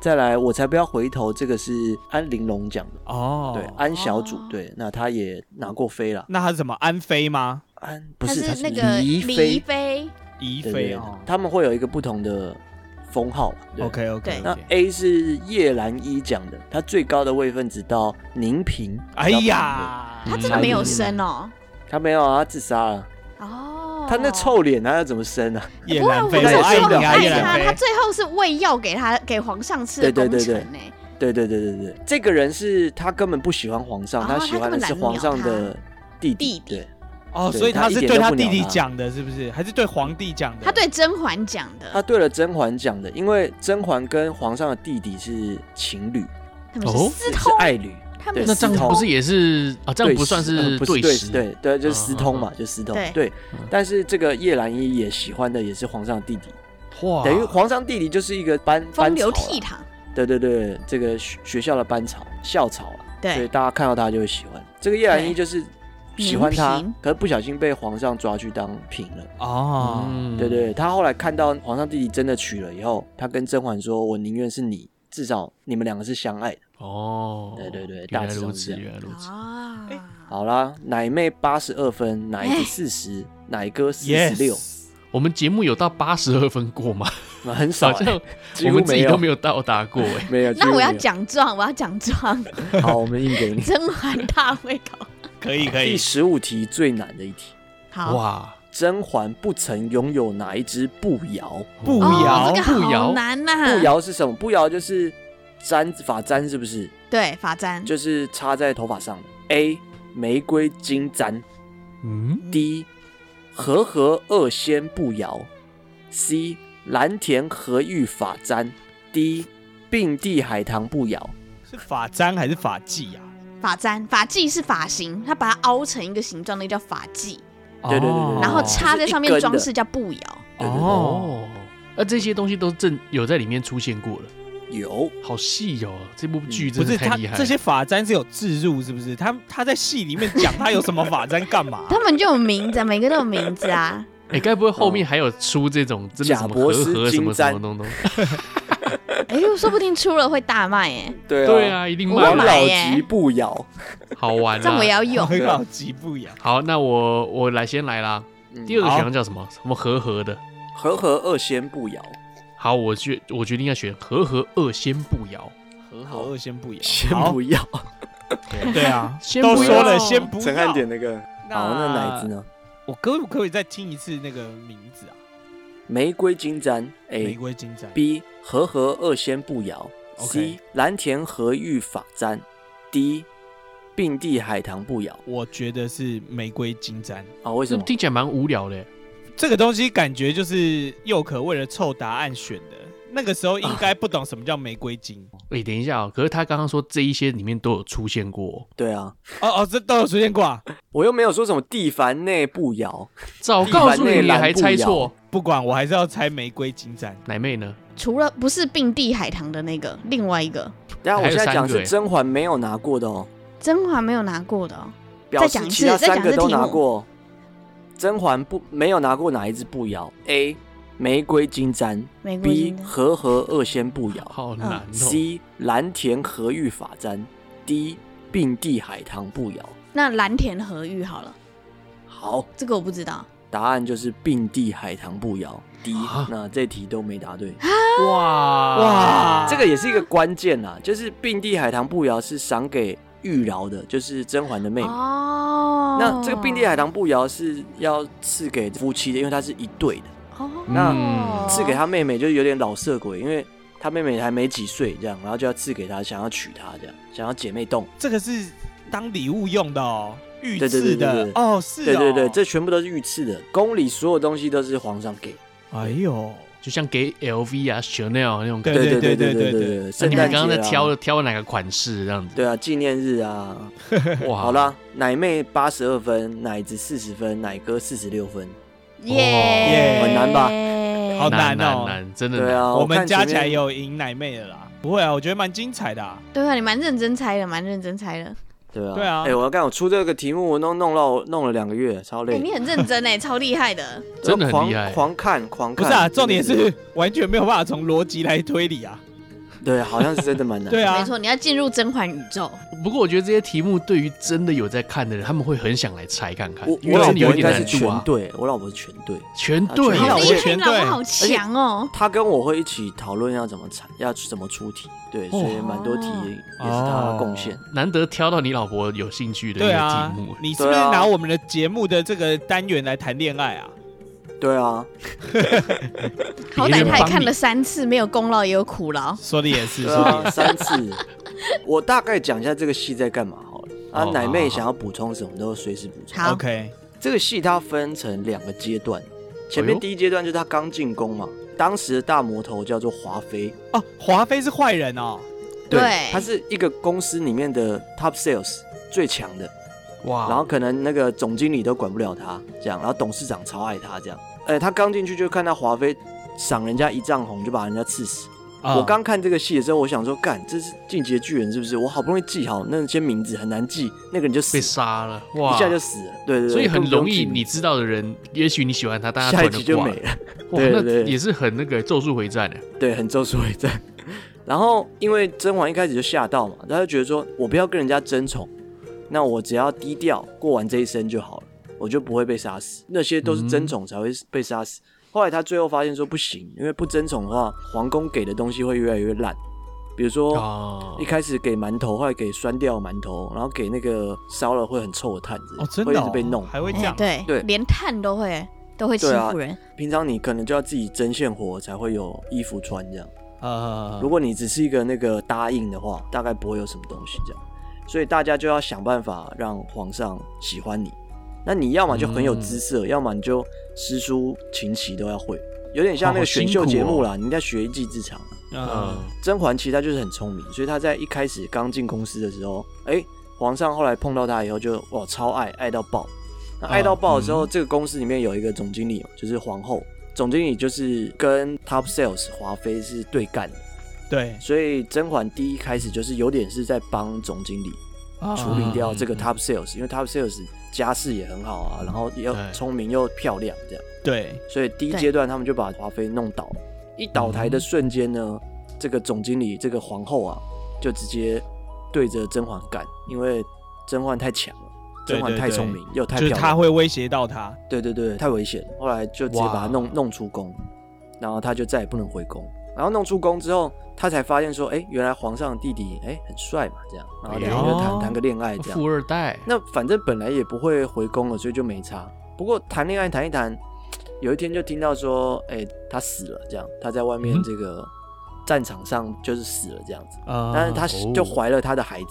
再来，我才不要回头，这个是安玲珑讲的，
哦
对，安小主
哦，
对，那她也拿过飞了，
那他是什么安妃吗？
安不
他
是她
那个
离
李
妃，
妃，
宜
对
妃
对
哦，。
他们会有一个不同的封号嘛，对
OK OK，
对
那 A 是叶兰依讲的，她最高的位分直到宁嫔。
哎，呀，
他
嗯
真的没有生哦。
她没有啊，她自杀了。
哦，
她那臭脸，她要怎么生啊？
叶
不会，
兰
我
妃，
那时
我
候
爱
很
你啊，叶
爱他，
兰
他
妃。
最后是喂药给他给皇上吃的
对
功
对对
臣呢。
对对对对对，这个人是她根本不喜欢皇上，
哦
她喜欢的是皇上的弟弟。
弟弟
对，
哦，
对
所以
他
他
一
是
点
对
都
他
不
弟
鸟
弟
他
讲的，是不是？还是对皇帝讲的？
他对甄嬛讲
她
的，
对了甄嬛讲的，因为甄嬛跟皇上的弟弟是情侣，
他们
哦
是私
是
通，
爱侣。
他们
对
那
是
这
私
样
通
不是也是啊？这样
对
不算
呃
是
不是对
时，
对对，就是
嗯
私通
嗯
嘛，就是私通
对。
对
嗯，
但是这个叶兰依也喜欢的也是皇上的弟弟，
哇，
等于皇上弟弟就是一个班
风
班
流
草
倜
啦。
傥。
对对对，这个学学校的班草校草啊，所以
对，
大家看到他就会喜欢。这个叶澜依就是喜欢他
宁嫔，
可是不小心被皇上抓去当嫔了。
哦，
嗯
啊对对，他后来看到皇上弟弟真的娶了以后，他跟甄嬛说：“我宁愿是你，至少你们两个是相爱的。
哦，
对对对
原
大
来
致
如
上
此，
是这样
原来如此，
啊，”
好啦，奶妹八十二分，奶
哎
子四十，奶哥四十六
Yes，
我们节目有到八十二分过吗？
很 (laughs) 少
好
欸、
像
(laughs) 几
我
乎
们自
没
己
有
都没有到达过
(laughs)
哎。
没有。几
那
乎
我要
没有
奖状，我要
(laughs)
奖状，
好，我们
(laughs)
硬给你。
甄嬛大会考。
可以可
第
以。
十五题最难的一题，
好，哦
哇，
甄嬛不曾拥有哪一只步摇？
步
哦，
摇
这个
步摇
好难啊呐。
步，摇是什么？步摇就是簪发簪，是不是？
对，法簪，
就是插在头发上的。A 玫瑰金簪
嗯，
，D 和和二仙步摇，C 蓝田和玉发簪，D 并蒂海棠步摇。
是发簪还是啊发髻呀？
法簪，发髻是发型，他把它凹成一个形状，那叫发髻，
对对对对
哦
对
然后插在上面装
就是
饰叫步摇。
对对对
哦，
哦，那这些东西都正有在里面出现过了，
有
好细哦，这部
嗯
剧
不
真
是
的太
他
厉害
这
了。
些发簪是有置入，是不是？他他在戏里面讲他有什么发簪干嘛？
(laughs) 他们就有名字啊，每个都有名字啊。
哎，该不会后面还有出这种真的
嗯贾
什么
伯
和
斯
和什么什
金簪
么东东？
哎呦，说不定出了会大卖哎，
对
对，啊，一定
我要
卖
王
了
买
老
耶
吉步摇。
好玩啊
这样我也
啦。
要
(laughs)
用。
很老吉不雅。
好，那我我来先来啦。
嗯
第二个
好
选项叫什么？什么和和的？
和和二仙步摇，
好，我决我决定要选和和二仙步摇。
和和二先不摇，
先
好
不要。
对啊，
(laughs) 先
都
不
说了
要
先不要。
陈汉典那个。好，那奶子？呢？
我可不可以再听一次那个名字啊？
玫瑰金簪
玫
A
瑰金簪。
B 和和二仙步摇
OK
C 蓝田和玉法簪 D 并蒂海棠步摇
我觉得是玫瑰金簪，
啊？为
这
什么？
听起来蛮无聊的。
这个东西感觉就是佑可为了凑答案选的。那个时候应该不懂什么叫玫瑰金。
哎，等一下哦，可是他刚刚说这一些里面都有出现过哦，
对啊，
哦哦，这都有出现过啊。
我又没有说什么蒂凡内步摇，
早告诉你，你还猜错。
不管，我还是要猜玫瑰金簪。
奶妹呢？
除了不是并蒂海棠的那个，另外一个
但
还
我
有
现在
三
讲
个
是
欸
甄嬛没有拿过的哦，
甄嬛没有拿过的哦。
表
讲
示
一
其
次
他
再
三
讲
个
这
都
题
拿
目
过。甄嬛不没有拿过哪一只步摇？A 玫瑰金簪
玫瑰
，B
金簪
和和二仙步摇
好难
啊
哦。
，C 蓝田和玉法簪，D 并蒂海棠步摇。
那蓝田和玉好了，
好，
这个我不知道。
答案就是并蒂海棠步摇 D
啊。
那这题都没答对，啊
哇
啊
哇，
这个也是一个关键呐、就是并蒂海棠步摇是赏给玉娆的，就是甄嬛的妹妹。
哦，
那这个并蒂海棠步摇是要赐给夫妻的，因为它是一对的，
哦，
嗯
那嗯
哦
赐给他妹妹就有点老色鬼，因为他妹妹还没几岁这样，然后就要赐给她，想要娶她这样，想要姐妹洞。
这个是当礼物用的哦，御
对对
赐
对对
的
对
哦，是哦。
对对对，这全部都是御赐的，宫里所有东西都是皇上给。
哎呦，
就像给 LV 啊、Chanel 那种感觉。
对
对
对
对
对
对
对
对，
那
圣
你
诞
们
节
刚刚在
啊
挑挑哪个款式这样子？
对啊，纪念日啊，
哇，
好啦，奶妹八十二分，奶子四十分，奶哥四十六分，
耶，
很难吧？
好
难
难哦
难，真的
对
难。
啊，
我们
看前
加起来
面
也有赢奶妹的啦。不会啊，我觉得蛮精彩的、啊。
对啊，你蛮认真猜的，蛮认真猜的。
对啊，
对啊
哎、我要干，我出这个题目，我弄弄到弄了两个月，超累
哎，，你很认真哎，超厉害的。
真的很
狂
厉害
狂看狂
不
看。
是啊，重点是完全没有办法从逻辑来推理啊。
(laughs) 对，好像是真的蛮难。
对啊，
没错，你要进入甄嬛宇宙。
不过我觉得这些题目对于真的有在看的人，他们会很想来猜看看
我，
哎因
我
为
老
真的有
婆
一
应
点
该是
难度
全
啊。
对，我老婆是全对，
全
啊
对
全，
好
对
厉
我
害，
全
老婆
对
好强哦！
她跟我会一起讨论要怎么产，要去怎么出题，对，所以蛮多题也
哦
是她的贡献。
难得挑到你老婆有兴趣的一
对
个
啊
题目，，
你是不是
对啊
拿我们的节目的这个单元来谈恋爱啊？
对啊，
别
好歹
人
他也
帮
看
你
了三次，没有功劳也有苦劳。
说的也是，
(laughs) 对
说的也
啊，三次。我大概讲一下这个戏在干嘛好了。啊
哦，
奶妹
好好
想要补充什么都随时补充。
是
好
OK，
这个戏它分成两个阶段，前面
哎呦
第一阶段就是他刚进宫嘛，当时的大魔头叫做华妃，
哦，华妃是坏人哦，
对
他是一个公司里面的 top sales 最强的，
哇，
然后可能那个总经理都管不了他，这样，然后董事长超爱他这样。哎，他刚进去就看到华妃赏人家一丈红，就把人家刺死。
啊
我刚看这个戏的时候，我想说，干，这是进击的巨人是不是？我好不容易记好那些名字，很难记，那个人就死
被
了，
杀了，哇，
一下就死了。对对对，
所以很
根本不用
容易，
记名
你知道的人，也许你喜欢他，但他
下
突
一
然
集就
挂
没
了，
了。
哇，
对
那
对
也是很那个咒术回战的，啊
对，很咒术回战。 (laughs) 然后因为甄嬛一开始就吓到嘛，她就觉得说我不要跟人家争宠，那我只要低调过完这一生就好了，我就不会被杀死。那些
嗯
都是争宠才会被杀死。后来她最后发现说不行，因为不争宠的话，皇宫给的东西会越来越烂，比如说。
哦
一，开始给馒头，后来给酸掉馒头，然后给那个烧了会很臭的炭子，
哦，真
会
的
一
哦
直被弄。
还会这
哎
样，
对
对
连探都会都会欺
对啊
负人。
平常你可能就要自己针线活才会有衣服穿这样。
呃
如，果你只是一个那个答应的话，大概不会有什么东西这样。所以大家就要想办法让皇上喜欢你。那你要么就很有姿色，要么你就诗书琴棋都要会，有点像那个选秀节目啦，你在学一技之长。
嗯
嗯，
甄嬛其实她就是很聪明，所以她在一开始刚进公司的时候，哎、皇上后来碰到她以后就哇超爱，爱到爆。那爱到爆的时候，这个公司里面有一个总经理，哦就是皇后。总经理就是跟 Top Sales 华妃是对干的，
对，
所以甄嬛第一开始就是有点是在帮总经理
啊
嗯
处理掉这个 top sales，因为 top sales 家世也很好啊，
嗯
然后又
对
聪明又漂亮这样，
对，
所以第一
对
阶段他们就把华妃弄倒了。一倒台的瞬间呢，
嗯
这个总经理这个皇后啊，就直接对着甄嬛干，因为甄嬛太强了，
对
甄嬛
对
太
对
聪明又太
就是
漂
他
亮，
会威胁到他，
对对对，太危险。后来就直接把
哇
她弄弄出宫，然后她就再也不能回宫。然后弄出宫之后，她才发现说，哎，原来皇上的弟弟哎很帅嘛，这样，然后两个人就
哎呦
谈谈个恋爱这
(laughs)
样
富。二代，
那反正本来也不会回宫了，所以就没差。不过谈恋爱谈一谈，有一天就听到说，哎、他死了，这样他在外面
嗯
这个战场上就是死了这样子。
呃，
但是他
哦
就怀了他的孩子，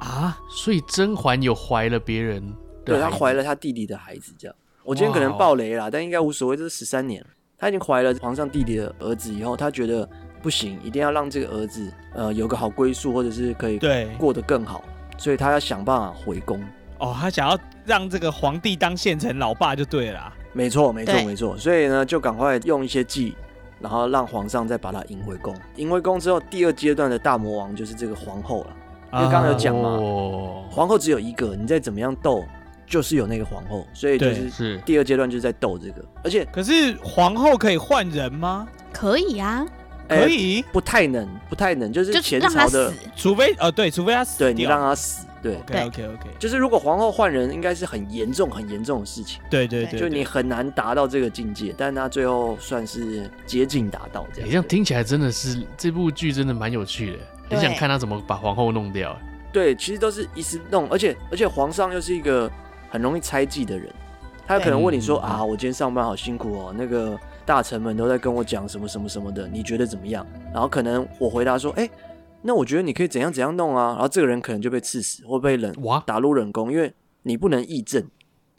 啊，
所以甄嬛有怀了别人的
对
孩
他
子，
怀了他弟弟的孩子，这样。我今天可能
哇
爆雷啦，但应该无所谓，这是十三年了，他已经怀了皇上弟弟的儿子以后，他觉得不行，一定要让这个儿子呃有个好归宿，或者是可以
对，
过得更好，所以他要想办法回宫。
哦，他想要让这个皇帝当现成老爸就对了啊啦，
没错，没错，
对
没错。所以呢，就赶快用一些计，然后让皇上再把他迎回宫。迎回宫之后，第二阶段的大魔王就是这个皇后了。因为刚刚有讲嘛
哦
皇后只有一个，你再怎么样斗，就是有那个皇后。所以就
对
是
是
第二阶段就是在斗这个，而且
可是皇后可以换人吗？
可以啊，
哎
可以，
不太能，不太能，就是
就
前
让他
朝
死
的，，
除非呃对，除非他死
对你
掉
让他死，对。
OK OK OK，
就是如果皇后换人，应该是很严重、很严重的事情，
对对对，
对
就你
对
很难达到这个境界。但他最后算是接近达到这
你
样。
这样听起来真的是这部剧真的蛮有趣的，很
对
想看他怎么把皇后弄掉。
对，其实都是一时弄，而且而且皇上又是一个很容易猜忌的人，他有可能问你说
对嗯
啊，我今天上班好辛苦哦，那个大臣们都在跟我讲什么什么什么的，你觉得怎么样？然后可能我回答说，哎、那我觉得你可以怎样怎样弄啊，然后这个人可能就被刺死或被冷
哇
打入冷宫，因为你不能议政，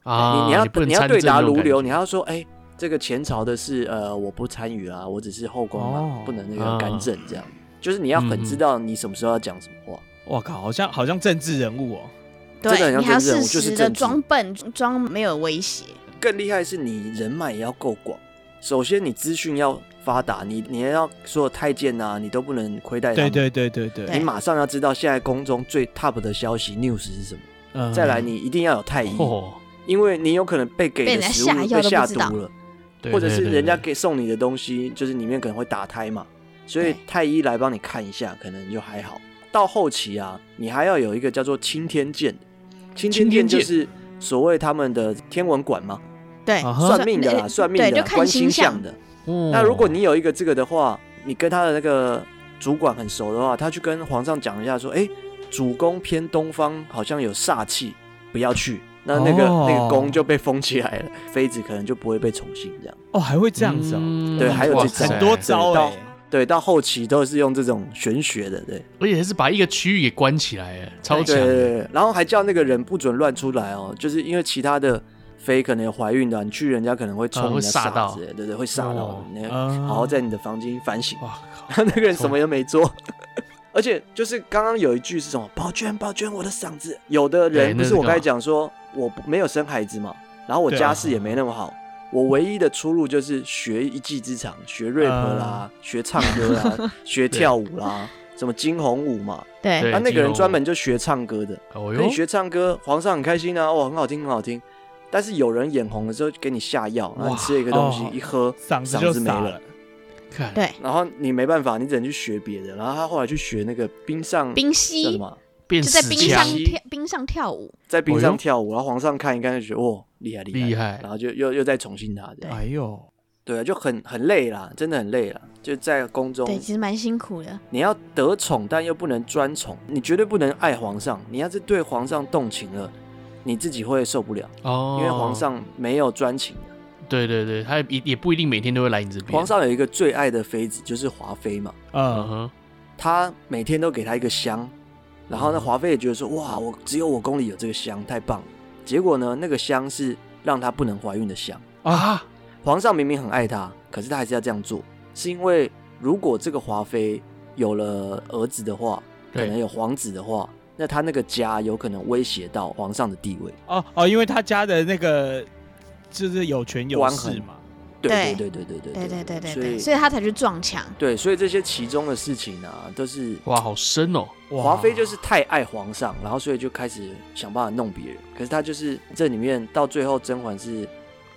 啊，
你你要
不能
你要
参政
对答
这种
如
感觉
流，你还要说，哎、这个前朝的事，呃，我不参与啊，我只是后宫啊，
哦
不能那个干政这
啊
样，就是你要很
嗯
知道你什么时候要讲什么话。
哇靠，好像好像政治人物哦，
真的很
对
像
你还要
政治人
适
物就是
时的
政治
装笨，装没有威胁。
更厉害的是你人脉也要够广。首先，你资讯要发达，你你要所有太监啊，你都不能亏待他
对
们。
对对对对，
你马上要知道现在宫中最 top 的消息 news 是什么。
嗯
再来，你一定要有太医，
哦，
因为你有可能被给
被
的
人家
食
下
物
药
被
都不
下
知道
毒了，
对
或者是
对对
人家
对
给送你的东西，就是里面可能会打胎嘛，所以
对
太医来帮你看一下，可能就还好。到后期啊，你还要有一个叫做青天剑，青
青
天
天剑
剑就是所谓他们的天文馆嘛，
对，
啊哈
算命的啦，
呃
算命的
对，
啦
就，看
观星
星
象的。
哦
那如果你有一个这个的话，你跟他的那个主管很熟的话，他去跟皇上讲一下，说，哎、主公偏东方，好像有煞气，不要去。那那个、
哦
那个宫就被封起来了，妃子可能就不会被宠幸这样。
哦，还会这样子哦，
嗯
对还有
哇
这
塞
种
很多招
到
哎，
对，到后期都是用这种玄学的，对，
而且还是把一个区域给关起来，哎，超
对
强
对
的。
对对然后还叫那个人不准乱出来哦，就是因为其他的妃可能有怀孕的啊，你去人家可能会
啊
冲
会
人家
煞到
之类的，对对，会煞到
哦
你，那
好
好好在你的房间反省。
哇靠！
然后那个人什么也没做。 (laughs) 而且就是刚刚有一句是什么？宝娟，宝娟，我的嗓子。有的
对
人
那
不
是
是我
干嘛
刚才讲说我不没有生孩子嘛，然后我
对啊
家世也没那么好，我唯一的出路就是学一技之长，学 rap 啦，学唱歌啦，学跳舞啦，什么惊鸿舞嘛。啊
对
对，
那那个
金
人
龙
专门就学唱歌的，
哦
跟
哟
你，学唱歌，皇上很开心啊，哇，很好听，很好听。但是有人眼红的时候给你下药，然后你
哇
吃了一个东西
哦
一喝，
嗓子
嗓
就
子没
傻
了
了。
看
对
然后你没办法，你只能去学别的。然后他后来去学那个冰上
冰
叫什
溪
么啊，
变
就在
死
冰
枪
上
西
跳冰上跳舞，
在
哦
冰
哟
上跳舞，然后皇上看一看就觉得哇厉害厉害，
厉害
然后就又又再宠幸他这样。
哎呦，
对啊，就很很累啦，真的很累啦。就在宫中，
对，其实蛮辛苦的。
你要得宠，但又不能专宠，你绝对不能爱皇上。你要是对皇上动情了，你自己会受不了，
哦，
因为皇上没有专情的。
对对对，他也也不一定每天都会来你这边。
皇上有一个最爱的妃子，就是华妃嘛。
嗯
嗯，
哼，
他每天都给他一个香，然
嗯
后呢，华妃也觉得说，哇，我只有我宫里有这个香，太棒了。结果呢，那个香是让她不能怀孕的香。
啊，
皇上明明很爱她，可是他还是要这样做，是因为如果这个华妃有了儿子的话，可能
对，
有皇子的话，那他那个家有可能威胁到皇上的地位。
哦哦，因为他家的那个就是有权有
官
势
衡
嘛，
对对对
对
对对
对对对对
所
对，
以
所以他才去撞墙。
对，所以这些其中的事情啊，都是
哇，好深哦，
哇
华妃就是太爱皇上，然后所以就开始想办法弄别人。可是她就是这里面到最后，甄嬛是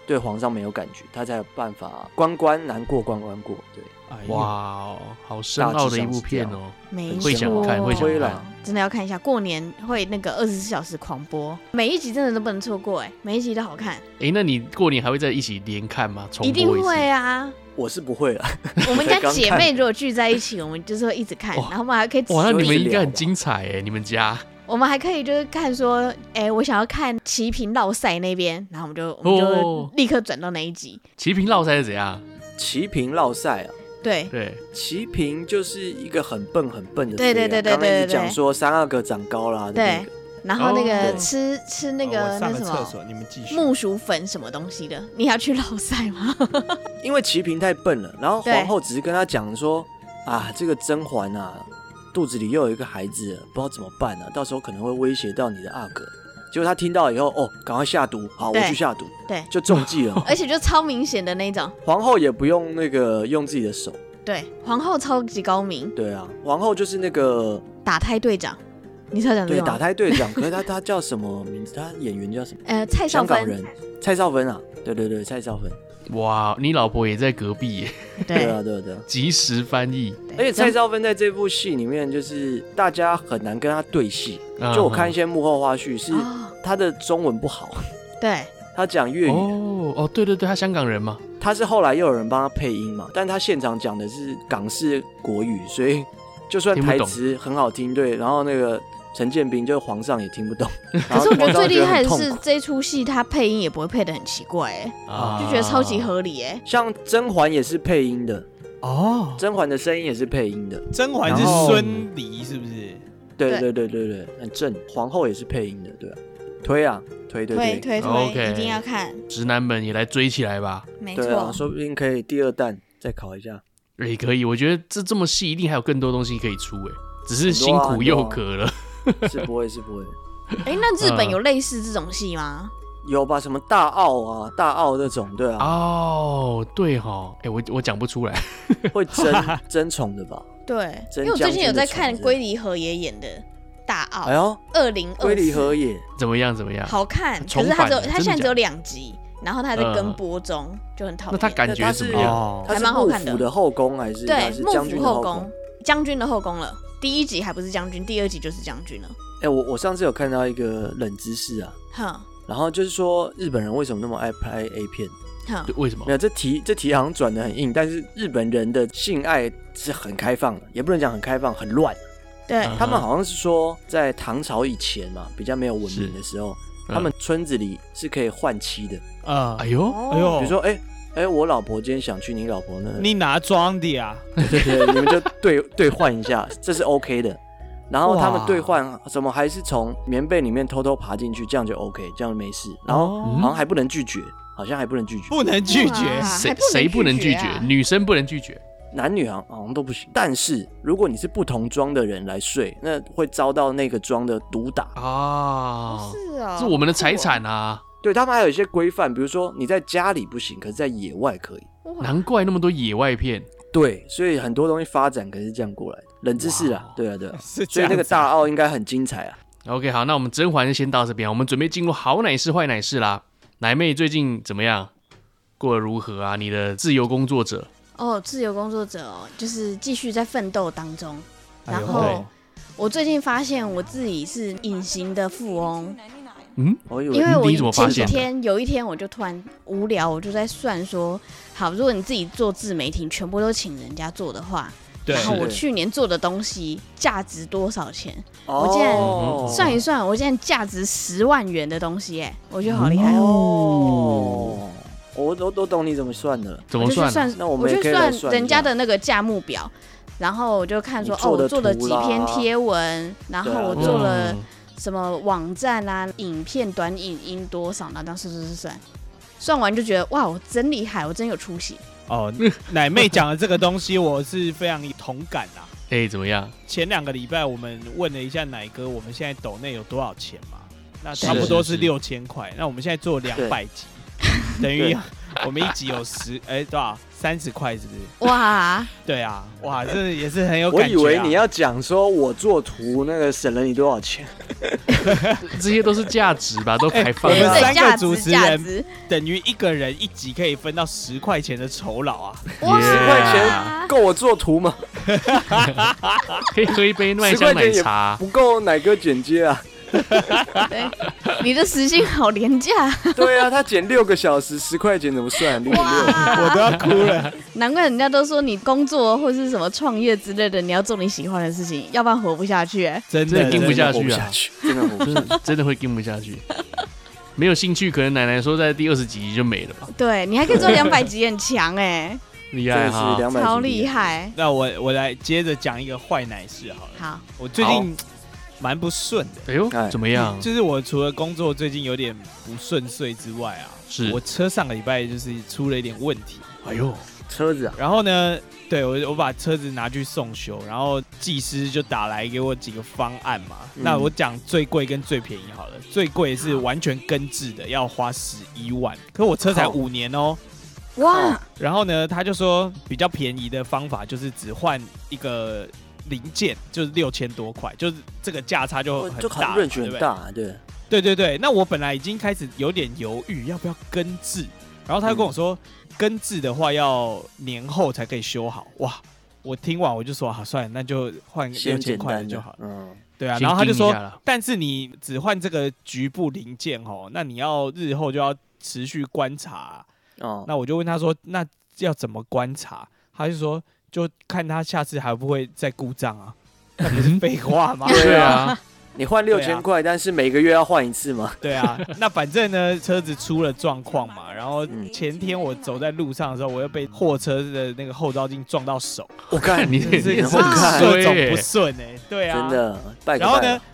对皇上没有感觉，她才有办法关关难过关关过。对，
哎呦
哇，哦，好深奥的一部片哦。
嗯
没
会想
错
看会想
推
看
了，
真的要看一下，过年会那个二十四小时狂播，每一集真的都不能错过，哎，每一集都好看，
哎，那你过年还会在一起连看吗？重
一定
播次
会啊！
我是不会了，
(laughs) 我们家
才刚
姐
看
妹如果聚在一起，我们就是会一直看，
哇
然后我们还可以
哦哇，那你
所
们
以
应该很
聊
精彩哎，你们家
我们还可以就是看说，哎、我想要看齐平绕赛那边，然后我们就我们
哦
就立刻转到那一集。
齐平绕赛是怎样？
(laughs) 齐平绕赛啊，
对
对，
齐平就是一个很笨很笨的
对
妃啊
对对对
刚刚一
对
直
对
讲说三阿哥长高啦，
对
那个
然后那个
哦
吃、吃那
哦
个、
我上
那
了
什
厕
么
所，你们继续。
木薯粉什么东西的，你要去绕赛吗？ (laughs)
因为齐平太笨了，然后
对
皇后只是跟他讲说啊，这个甄嬛啊，肚子里又有一个孩子了，不知道怎么办啊，到时候可能会威胁到你的阿哥。结果他听到以后，哦，赶快下毒，好，我
对
去下毒，
对
就中计
(laughs)
了嘛。
而且就超明显的那种。
皇后也不用那个用自己的手，
对，皇后超级高明，
对啊，皇后就是那个
打胎队长，你知道讲这
对
个
打
吗？
胎队长，可是他他叫什么名字？他演员叫什么？
呃，蔡少
香港
芬
人，，蔡少芬啊，对对对，蔡少芬，
哇，你老婆也在隔壁耶， (laughs)
对
对，
啊对啊对啊。
及时翻译，
对
而且蔡
真
少芬在这部戏里面，就是大家很难跟她对戏。就我看一
下
些幕后花絮，是
哦，
他的中文不好，
对
他讲粤语，
哦哦，对对对，他香港人嘛，
他是后来又有人帮他配音嘛，但他现场讲的是港式国语，所以就算
听不
台
懂
词很好听，对，然后那个陈建斌就是皇上也听不懂，可
可是我觉得最厉害的
痛
是
苦。
这一出戏，它配音也不会配的很奇怪、哎，
啊，
就觉得超级合理、哎、
像甄嬛也是配音的，
哦，
甄嬛的声音也是配音的，
甄嬛是
然后
孙离是不是？
对
对
对对对对，很正。皇后也是配音的，对啊，推啊推对
推
对，
推推
OK
一定要看，
直男们也来追起来吧。
没
对啊，
错。
说不定可以第二弹再考一下。 (laughs)
也可以，我觉得这这么细，一定还有更多东西可以出哎，只是辛
啊
苦又渴了。
是不会是不会，
嗯
哎、那日本有类似这种戏吗？
有吧？什么大澳啊、大澳那种，对啊，
哦，对哈，哎，我我讲不出来。 (laughs)
会争争宠的吧？
对，因
真
为我最近有在看
将军的宠是
龟梨和也演的《大
哎
奥
呦，
二零二
龟梨和也，
怎么样？怎么样？
好看，可
重
是他只有
版
他
真的
现在
假
只有
的
两集，然后他还在跟
嗯
播中，就很讨
那他
厌。
感觉怎么
那
样？
哦，
他
还
是
蛮好
幕
看的
府的后宫还是
对
还是，
幕
将军
府
的后
宫？，将军的后宫了。第一集还不是将军，第二集就是将军了。
哎、我我上次有看到一个冷知识啊，
哼
然后就是说日本人为什么那么爱拍 A 片？
哼
对，为什么
没？有，这题这题好像转的很硬，但是日本人的性爱是很开放的，也不能讲很开放，很乱。
对
嗯
他们好像是说在唐朝以前嘛，比较没有文明的时候，
嗯
他们村子里是可以换妻的，
啊
哎，呦，
哦
哎呦，
比如说哎。哎、我老婆今天想去你老婆那，
你哪装的啊呀？
对对，你们就对 (laughs) 兑换一下，这是 OK 的。然后他们
哇
兑换什么，还是从棉被里面偷偷爬进去，这样就 OK，这样没事。然后
哦嗯
好像还不能拒绝，好像还不能拒绝，
不能拒绝
哇，
谁
啊还不能
谁不能拒
拒绝
绝
啊？
女生不能拒绝。
男女好像好像都不行。但是如果你是不同庄的人来睡，那会遭到那个庄的毒打。
啊，
是哦，
是我们的
酷
财
哦
产啊！
对他们还有一些规范，比如说你在家里不行，可是在野外可以。
哇
难怪那么多野外片。
对，所以很多东西发展可能是这样过来的，冷知识啊
哇，
对啊对啊。
(laughs) 是这
所以
样
那个
子
大奥应该很精彩啊。
OK，好，那我们甄嬛先到这边，我们准备进入好奶事坏奶事啦。奶妹最近怎么样？过得如何啊？你的自由工作者
哦，自由工作者哦，就是继续在奋斗当中。
哎呦
然后
对
我最近发现我自己是隐形的富翁，
我以
因为
你
我
你怎么发
前
现
几
的
天有一天我就突然无聊，我就在算说，好，如果你自己做自媒体，全部都请人家做的话，
对
然后我
是
去年做的东西价值多少钱？
哦
竟然算
算
一算，我现在价值十万元的东西，哎，我觉得好
嗯
厉害哦。
哦，我都都懂你怎么算的了。
怎
我
么
就去
算啊？
算，
那我
我
们也
就
可以来
算
算一
人家
下
的那个价目表，然后我就看说，
你
哦，
做的
我做了
图
几
啦
篇贴文，然后
对啊
我做了
嗯
什么网站啊、影片、短影音多少，然后这样算算算算，算完就觉得哇，我真厉害，我真有出息。
哦，奶妹讲的这个东西，我是非常同感啊。 (laughs)
哎、怎么样？
前两个礼拜我们问了一下奶哥，我们现在抖内有多少钱嘛？那
是
差不多
是
是
是
六千块。那我们现在做两百集，等于我们一集有十哎多少三十块是不是？
哇，
对啊，哇，这也是很有
我
感觉、
以
啊。
为你要讲说我做图那个省了你多少钱，
这些都是价值吧，都开放
(laughs)
啊
我
对
们
了。
三
哎对，
个
价
主
值
持
价
人
值，
等于一个人一集可以分到十块钱的酬劳啊！
哇，
10
块钱够我做图吗？
可以喝一
(laughs)
杯麦香奶茶。啊
不够奶哥剪接啊。
对，你的时薪好廉价，
(laughs) 对啊，他剪六个小时，十块钱怎么算？六六。
我都要哭了。
难怪人家都说你工作或是什么创业之类的，你要做你喜欢的事情，要不然活不下去、哎
真
真
的
的听不下去啊
活不下去，真的活不下去。
真的真的会跟不下去，没有兴趣，可能奶奶说在第二十集就没了吧，
对你还可以做两百集，很强哎、
厉
真
害
的
哈
是！两百，
超厉。害。
那我我来接着讲一个坏奶事好了。
好，
我最近蛮不顺的，
哎呦
哎，
怎么样？
就是我除了工作最近有点不顺遂之外啊，
是
我车上个礼拜就是出了一点问题，
哎呦，
车子啊，
然后呢，对我我把车子拿去送修，然后技师就打来给我几个方案嘛。
嗯
那我讲最贵跟最便宜好了，最贵是完全根治的，要花十一万，可我车才
靠
五年哦。
哇，
然后呢，他就说比较便宜的方法就是只换一个零件，就是六千多块，就是这个价差就
哦
很
就
大
很
嘛，
润
对
很
不对
大啊，对。
对对对，那我本来已经开始有点犹豫要不要根治，然后他就跟我说，根治的话要年后才可以修好。哇，我听完我就说，好、算了，那就换六
先
千
简
块的
单
就好了。
嗯，
对啊，
先
然后他就
盯一
说
下啦，
但是你只换这个局部零件哦，那你要日后就要持续观察、
哦，
那我就问他说，那要怎么观察？他就说，就看他下次还会不会再故障啊。那不是废话吗？
对啊，
你换六千块，但是每个月要换一次
(laughs)
吗？
对啊，那反正呢，车子出了状况嘛，然后
嗯
前天我走在路上的时候，我又被货车的那个后照镜撞到手，
我看
你
真是
你
各
很看
种
衰欸
不顺哎、对啊，
真。的拜个
然后呢
拜，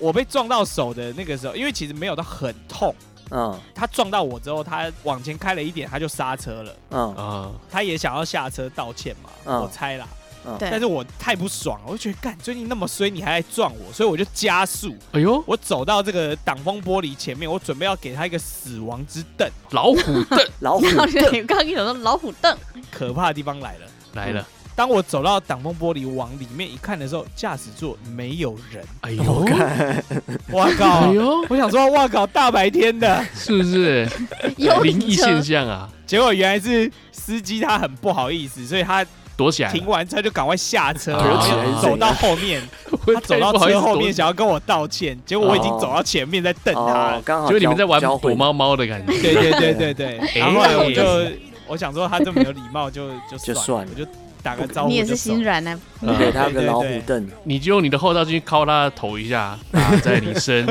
我被撞到手的那个时候，因为其实没有到很痛，
啊，
他撞到我之后，他往前开了一点，他就刹车了，
嗯嗯
啊，
他也想要下车道歉嘛，
嗯
我猜啦。
嗯
对
但
(laughs)
是我太不爽了，我就觉得干最近那么衰，你还来撞我，所以我就加速，
哎呦，
我走到这个挡风玻璃前面，我准备要给他一个死亡之瞪。
老
(laughs)
虎凳
老虎
然后你
凳，
刚刚跟你讲说老虎凳，
可怕的地方来了，
来了，
当我走到挡风玻璃往里面一看的时候，驾驶座没有人，
哎
(laughs)
呦，
哇
哎
靠！
呦，
我想说，哇靠，大白天的，
是不
(laughs)
是
幽
灵
灵
异
车
现象啊？
结果原来是司机他很不好意思，所以他
躲起来
停
了， (laughs)
完车就赶快下车，
啊
然后走到后面，
我
他走
太
到
不好意思
车后面
躲
想要跟我道歉，结果我已经
哦
走到前面在瞪他
哦
了，。
刚好
就你们
交
在玩
交
躲
汇，
猫猫的感觉。
啊 (laughs) 对对对对对，然后后来我就我想说他这么有礼貌就就
就
算
算
了，
了
我就打个招呼就走。
你也是心软呢、
你给
啊
他个
对对
老虎
对
凳，
(laughs) 你就用你的后照镜敲他的头一
(laughs)
下，打在你身，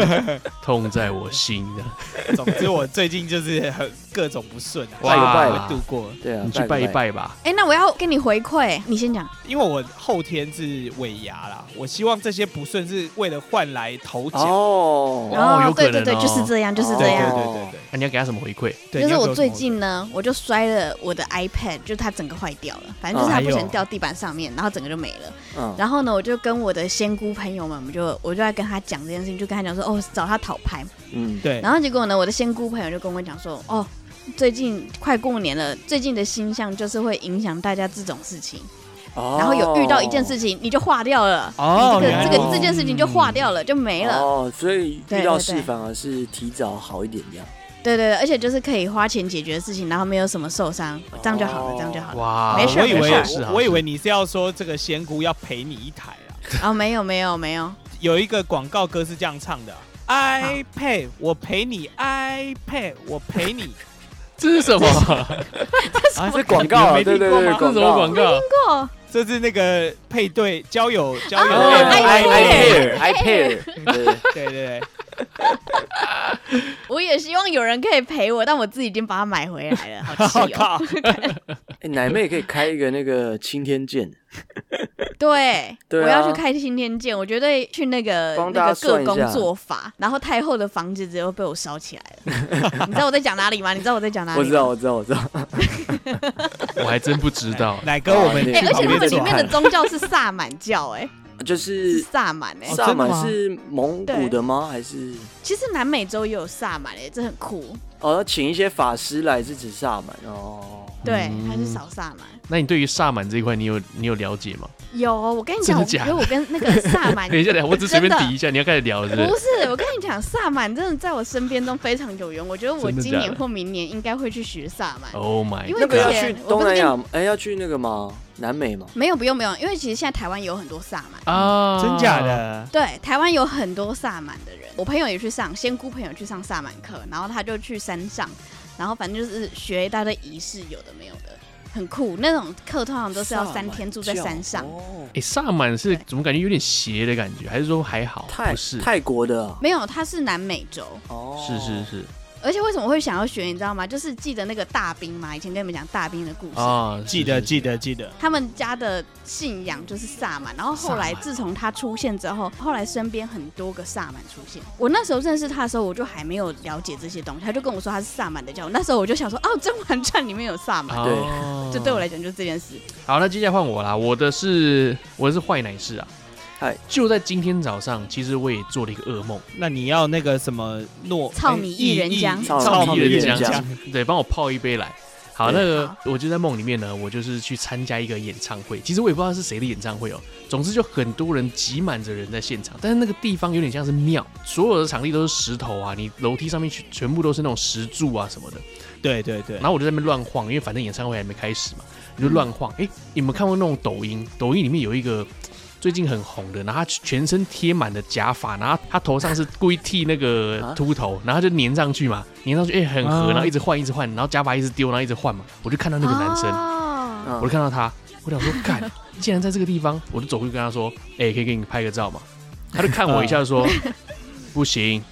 痛在我心的。
总之我最近就是很各种不顺啊，
哇
拜拜我度过。
对啊，
你去
拜
拜一
拜。
拜吧。
哎、那我要跟你回馈，你先讲。
因为我后天是尾牙啦，我希望这些不顺是为了换来头奖。
哦，
哦有可
对
能
对对，
哦
就是这样，就是
对啊
这
对
样。
对对
啊那你要给他什么回馈？
对，对
就是
你
我
有
最
什么
近呢，我就摔了我的 iPad，就是它整个坏掉了，反正就是它
哎呦
不小心掉地板上面，然后整个就没了。
嗯，
然后呢，我就跟我的仙姑朋友们，我们就我就在跟他讲这件事情，就跟他讲说，哦，找他讨拍。
嗯，
对，啊
然后结果呢，我的仙姑朋友就跟我讲说，哦，最近快过年了，最近的星象就是会影响大家这种事情。然
然
后有遇到一件事情，你就化掉了，
哦
你这
原
个
来
这个
如此
这件事情就化掉了，就没了。
哦，所以
对
遇到
对
事
对
反而是提早好一点这样。
对对对，而且就是可以花钱解决的事情，然后没有什么受伤，这样就好了，
哦
这样就好了。
哇，
没事
我以为
没
啊我
事啊
我以为你是要说这个仙姑要陪你一台啊。
哦，没有没有没有，
有一个广告歌是这样唱的：iPad，我啊陪你；iPad，我陪你。 (laughs)
这是什么？
啊，这
广告啊，对对
(laughs)
对，
这是
广
什么
告
广。告？
过
这是那个配对交友交友
哦
类的
I
I pair
pair，对， (laughs)
对对对，
我也希望有人可以陪我，但我自己已经把它买回来了，好气
我
哦。
(laughs) 靠，
哎奶妹可以开一个那个青天剑，
对，
对啊
我要去开新天剑，我绝对去那个
帮
那
大
个
家
各
算一下
工做法，然后太后的房子直接被我烧起来
(laughs)
了。你知道我在讲哪里吗？你知道我在讲哪里？
我知道，。我知道，我知道。
我还真不知道。
奶哥，我们
哎
哎、
去旁
而且他
边
们里
坐
面的宗教是萨满教、哎，
就是是
萨满哎、
哦
萨
真的
满
吗
是蒙古的吗？还是
其实南美洲也有萨满哎、这很
嗯
酷。
哦，要请一些法师来是指萨满哦。
对，
嗯
他是扫萨满。
那你对于萨满这一块，你有你有了解吗？
有，我跟你讲，我
真的假
觉
的
得我跟那个萨满，
(laughs) 等
(laughs)
一下，等一下，我只随便
真的
提一下，你要开始聊了是不
不
是？
是，我跟你讲，萨满真的在我身边中非常有缘。我觉得我
真的
今
假的
年或明年应该会去学萨满。
Oh my，
因为
那
god
个要
之前
去东南亚，哎，要去那个吗？南美吗？
没有，不用，不用，因为其实现在台湾有很多萨满。
啊，
哦
真假？的？
对，台湾有很多萨满的人，我朋友也去上，仙姑朋友去上萨满课，然后他就去山上，然后反正就是学一大堆仪式，有的没有的，很酷。那种课通常都是要三天住在山上
萨，满教哦
哎，萨满是
对
怎么感觉有点邪的感觉？还是说还好？
泰
不是，
泰国的啊
没有，他是南美洲。
哦，
是是是
而且为什么会想要学，你知道吗？就是记得那个大兵嘛，以前跟你们讲大兵的故事。
啊，是
记得
是
记得记得，
他们家的信仰就是萨满，然后后来
萨满
自从他出现之后，后来身边很多个萨满出现。我那时候认识他的时候，我就还没有了解这些东西，他就跟我说他是萨满的教。那时候我就想说，哦，《甄嬛传》里面有萨满，
对
哦
这对我来讲就是这件事。
好，那接下来换我啦，我的是我的是坏奶事啊。
嗨，
就在今天早上，其实我也做了一个噩梦，
那你要那个什么诺哎
糙米薏仁浆
糙米
薏仁
浆
浆
(laughs) 对，帮我泡一杯来。好，
对
那个
好
我就在梦里面呢，我就是去参加一个演唱会，其实我也不知道是谁的演唱会哦。总之就很多人挤满着人在现场，但是那个地方有点像是庙，所有的场地都是石头啊，你楼梯上面全全部都是那种石柱啊什么的。
对对对
然，后我就在那边乱晃，因为反正演唱会还没开始嘛，你就乱晃。
嗯
哎、你们看过那种抖音？抖音里面有一个最近很红的，然后他全身贴满了假发，然后他头上是故意剃那个
啊
秃头，然后他就粘上去嘛，粘上去哎、诶很合，
啊
然后一直换一直换，然后假发一直丢，然后一直换嘛。我就看到那个男生，
啊
哦，
嗯
我就看到他，我想说，干，竟然在这个地方，我就走
(laughs)
过去跟他说，哎、可以给你拍个照吗？他就看我一下说，不行，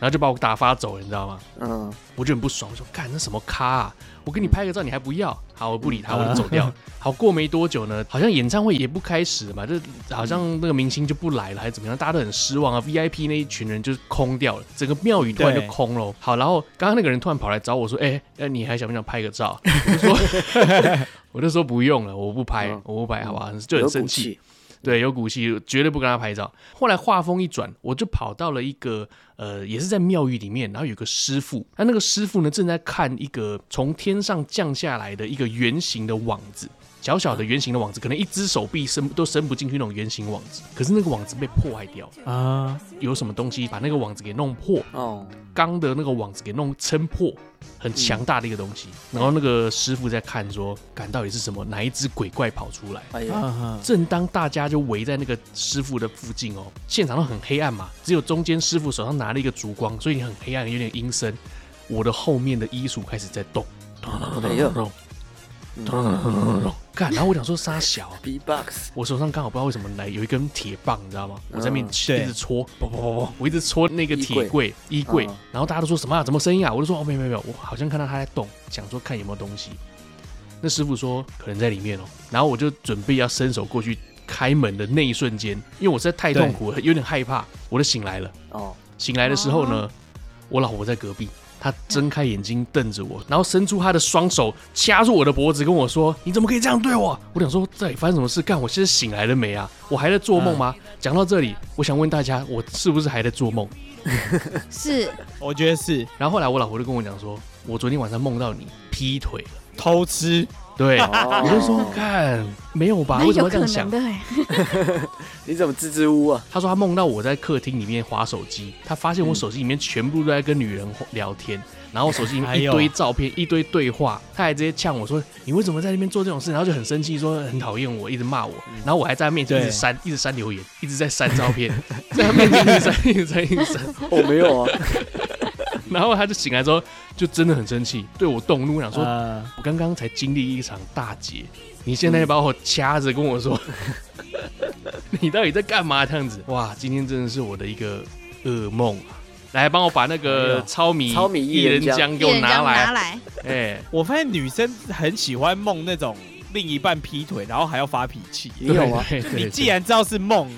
然后就把我打发走了，你知道吗？
嗯，
我就很不爽，我说干那什么咖、啊，我跟你拍个照你还不要，好我不理
嗯
他，我就走掉了。好过没多久呢，好像演唱会也不开始嘛，就好像那个明星就不来了，还是怎么样，大家都很失望啊。VIP 那一群人就是空掉了，整个庙宇突然就
对
空了。好，然后刚刚那个人突然跑来找我说，哎、那你还想不想拍个照？我就说 (laughs) 我就说不用了，我不拍，
嗯
我不拍，好吧，就
有
很
骨
生气。
气，
对，有骨气，绝对不跟他拍照。后来话锋一转，我就跑到了一个呃，也是在庙宇里面，然后有个师傅，那那个师傅呢正在看一个从天上降下来的一个圆形的网子，小小的圆形的网子，可能一只手臂伸都伸不进去那种圆形网子，可是那个网子被破坏掉，
啊，
有什么东西把那个网子给弄破，
哦，
钢的那个网子给弄撑破，很强大的一个东西。然后那个师傅在看说，看到底是什么，哪一只鬼怪跑出来？
哎呀，
啊
正当大家就围在那个师傅的附近哦，现场都很黑暗嘛，只有中间师傅手上拿了一个烛光，所以很黑暗，有点阴森。我的后面的衣橱开始在动，咚咚咚咚
哎呦
咚咚咚咚咚咚咚，干！然后我想说杀小，啊
B box，
我手上刚好不知道为什么来有一根铁棒，你知道吗？我在面
嗯
一直戳，啵啵啵啵，我一直戳那个铁柜衣柜
嗯，
然后大家都说什么啊？怎么声音啊？我就说哦，没有没有没有，我好像看到他在动，想说看有没有东西。那师傅说可能在里面哦，然后我就准备要伸手过去开门的那一瞬间，因为我实在太痛苦了，有点害怕，我就醒来了。
哦，
醒来的时候呢，我老婆在隔壁，她睁开眼睛瞪着我，然后伸出她的双手掐住我的脖子，跟我说：“你怎么可以这样对我？”我想说，到底发生什么事？干，我现在醒来了没啊？我还在做梦吗？讲到这里，我想问大家，我是不是还在做梦？
是
我觉得是
然后后来我老婆就跟我讲说，我昨天晚上梦到你劈腿了。
偷吃，
对，
哦
我就说，干，没有吧？
蛮
啊为什么
有
要这
可
样想？
能的哎，
你怎么支支吾吾啊？
他说他梦到我在客厅里面划手机，他发
嗯
现我手机里面全部都在跟女人聊天，然后手机里面一
哎
堆
呦
照片、一堆对话，他还直接呛我说：“你为什么在那边做这种事？”然后就很生气，说很讨厌我，一直骂我，然后我还在他面前一直
嗯对
删、一直删留言，一直在删照
(laughs)
片，在他面前一直删、一直删、一直删。
哦，没有啊，
然后他就醒来之后，就真的很生气，对我动怒，我想说：“
呃
我刚刚才经历一场大劫，你现在把我掐着跟我说， (laughs) 你到底在干嘛？这样子，哇，今天真的是我的一个噩梦啊！来，帮我把那
哎
个
呦
糙米
糙米
薏
薏仁
仁
浆
浆给
一
我
人这
拿
样拿
来，
来，
哎，
我发现女生很喜欢梦那种另一半劈腿，然后还要发脾气。
你有吗？
对？对对
你既然知道是梦，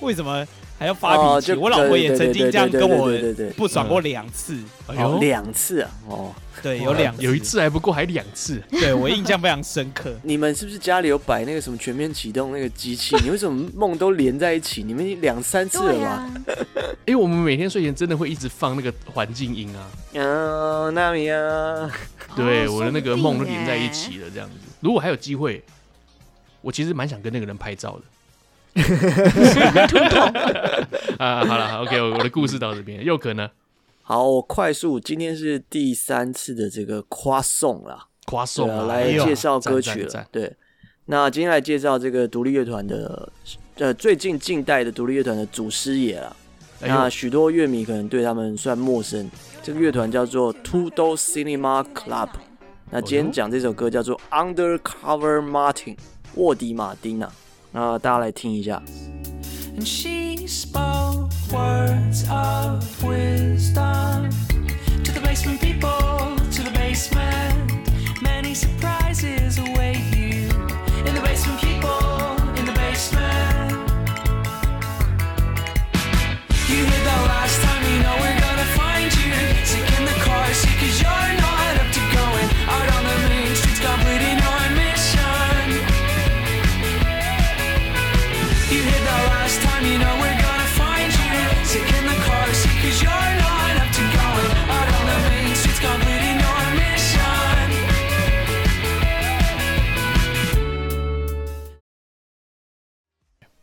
为什么还要发脾气？
哦就
我老婆也曾经这样跟我
对对对对对对对
不爽过两次，
哎
哦，
呦
两次啊，哦，。
对，有两
有一，次还不够，还两次，
对我印象非常深刻
(laughs) 你们是不是家里有摆那个什么全面启动那个
(laughs)
机器？你为什么梦都连在一起？你们两三次了
对
吧？
呀，
因为我们每天睡前真的会一直放那个环境音啊，
嗯，那米啊，
对，
哦
我的那个
说不定
梦都连在一
哎
起了，这样子。如果还有机会，我其实蛮想跟那个人拍照
(laughs)
的。啊，好了，OK，我我的故事到这边，又可呢，
好，我快速，今天是第三次的这个夸送啦。
夸
对
送
啊，
啊
来
哎呦
介绍歌曲
赞
了。
赞赞
对，那今天来介绍这个独立乐团的，呃，最近近代的独立乐团的祖师爷啦。
哎
那
呦，
许多乐迷可能对他们算陌生。这个乐团叫做 Two Door Cinema Club。那今天讲这首歌叫做 Undercover Martin，卧底马丁啊。那大家来听一下。
and she spoke words of wisdom to the basement people, to the basement. Many surprises await you in the basement, people, in the basement. You hid that last time, you know we're gonna find you. Sick in the car, seat, cause you're not up to going out on the main streets, completing our mission. You hid that last time, you know we're gonna find you. Sick in the car, seat, cause you're not up to going. Out on the main streets, completing your mission.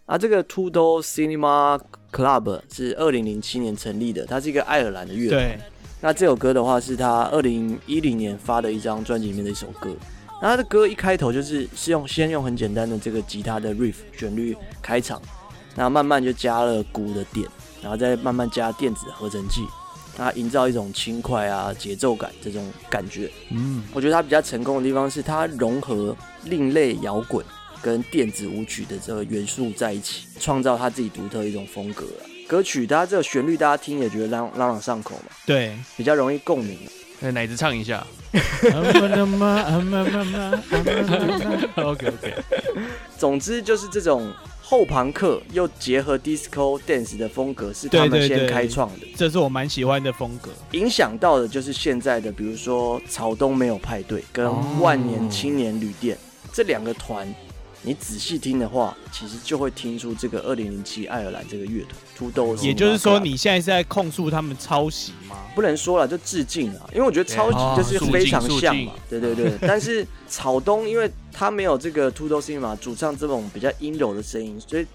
啊，这个 Two Door Cinema Club 是二零零七年成立的，它是一个爱尔兰的乐团。
对，
那这首歌的话是他二零一零年发的一张专辑里面的一首歌。那他的歌一开头就是是用先用很简单的这个吉他的 riff 旋律开场，那慢慢就加了鼓的点，然后再慢慢加电子的合成器，那营造一种轻快啊节奏感这种感觉。
嗯，
我觉得他比较成功的地方是他融合另类摇滚跟电子舞曲的这个元素在一起，创造他自己独特的一种风格啊。歌曲它这个旋律大家听也觉得朗朗朗上口嘛，
对，
比较容易共鸣。
那奶子唱一下。OK OK，
总之就是这种后朋克又结合 disco dance 的风格是他
对
们
对
先
对
开创的，
这是我蛮喜欢的风格。
影响到的就是现在的，比如说草东没有派对跟
哦
万年青年旅店、这两个团。你仔细听的话，其实就会听出这个二零零七爱尔兰这个乐团土豆。
也就是说，
啊
你现在是在控诉他们抄袭吗？
不能说了，就致敬啊了，因为我觉得抄
哦
袭就是
肃
非
静
常
肃
像
静
嘛，对对对。但是草东，因为他没有这个 t u d o Cinema 主唱这种比较阴柔的声音，所以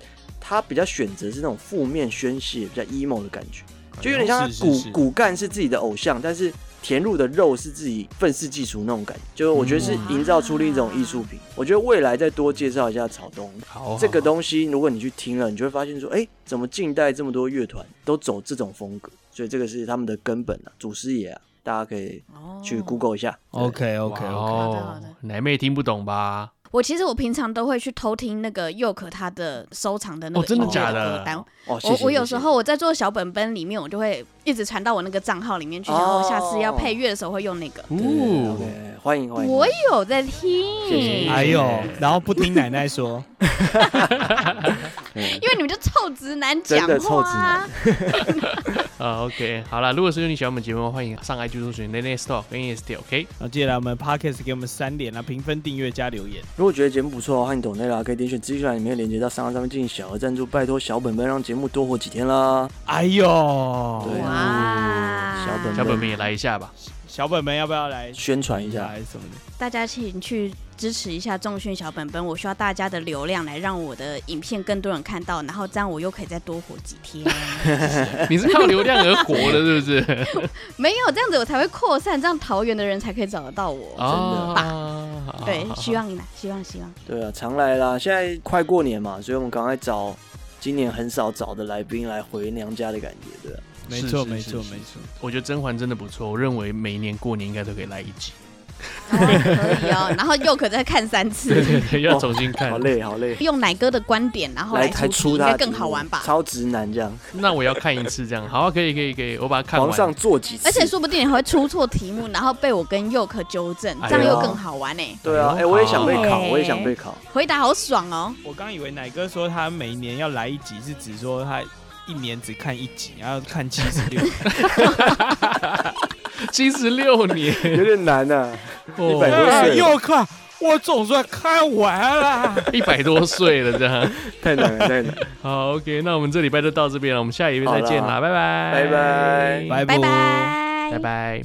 他比较选择是那种负面宣泄、比较 emo 的感觉，就有点像
是是
他骨
是
骨干是自己的偶像，但是田入的肉是自己愤世嫉俗那种感觉，就是我觉得是营造出另一种艺术品。我觉得未来再多介绍一下草东，
好，
这个东西，如果你去听了，你就会发现说，哎、怎么近代这么多乐团都走这种风格？所以这个是他们的根本啊，祖师爷啊，大家可以
哦
去 Google 一下。
OK
对
好
OK，
好的好
哦
的，
奶妹听不懂吧？
我其实我平常都会去偷听那个佑可他的收藏的那
哦
个
真
音
的
乐
假的
歌单。
哦，谢谢
我我有
谢谢
时候我在做小本本里面，我就会一直传到我那个账号里面去，然后我下次要配乐的时候会用那个。
对对对
哦，
，OK，欢迎欢迎。
我有在听，
嗯谢谢
还有，哎然后不听奶奶说， (laughs)
嗯
因为你们就臭直男讲
真的臭
话
直
啊
男。
(laughs) 啊，OK，好了，如果是有你喜欢我们节目，欢迎上 i 剧搜寻 Nene Store 跟 EST，OK，
然后接下来我们 Podcast 给我们三连啊，评分、订阅加留言。
如果觉得节目不错的话，欢迎抖内啦，可以点选资讯栏里面的链接到商号上面进行小额赞助，拜托小本本让节目多活几天啦。
哎呦，
对啊
哇
小本
小本本也来一下
(laughs)
吧。
小本本要不要来
宣传一
一
下，
还是什么的？
大家请去支持一下众讯小本本，我需要大家的流量来让我的影片更多人看到，然后这样我又可以再多活几
(laughs)
天。
你是靠流量而活的，是不是？
没有这样子，我才会扩散，这样桃园的人才可以找得到我。
(laughs) 啊，
对，希望你啦，希望希望。
对啊，常来啦。现在快过年嘛，所以我们赶快找今年很少找的来宾来回娘家的感觉，对啊吧？
没错
是
没
是
错
是
没错。
我觉得甄嬛真的不错，我认为每一年过年应该都可以来一集。
哦可以哦，然后又可再看三
(laughs) 对
次，
对对，要重新看
好。累，好累。
用奶哥的观点，然后
来
出
才
题
出
应
他
该
的
更
题
好
目
玩吧？
超直男这样，
那我要看一次，这样好啊，可以可以可以，我把它看
皇上
完。
做几次？
而且说不定你还会出错题目，然后被我跟佑可纠正，
哎
这样
呦
又更好玩呢、
对啊，
哎
哎、
呦
我也想被考，
好
我也想被考。 (laughs)
回答好爽哦！
我刚以为奶哥说他每年要来一集，是指说他一年只看一集，然后看七十
(laughs)
六。
七十六
(laughs)
年，
有点难啊，一百
哦，
多岁了，
又看，哎我总算看完了。
一百多岁了，这样。
太难了，太难了。
好，OK，那我们这礼拜就到这边了，我们下一位再见啦，
好啦
拜拜，
拜拜
拜
拜
拜
拜，
拜拜。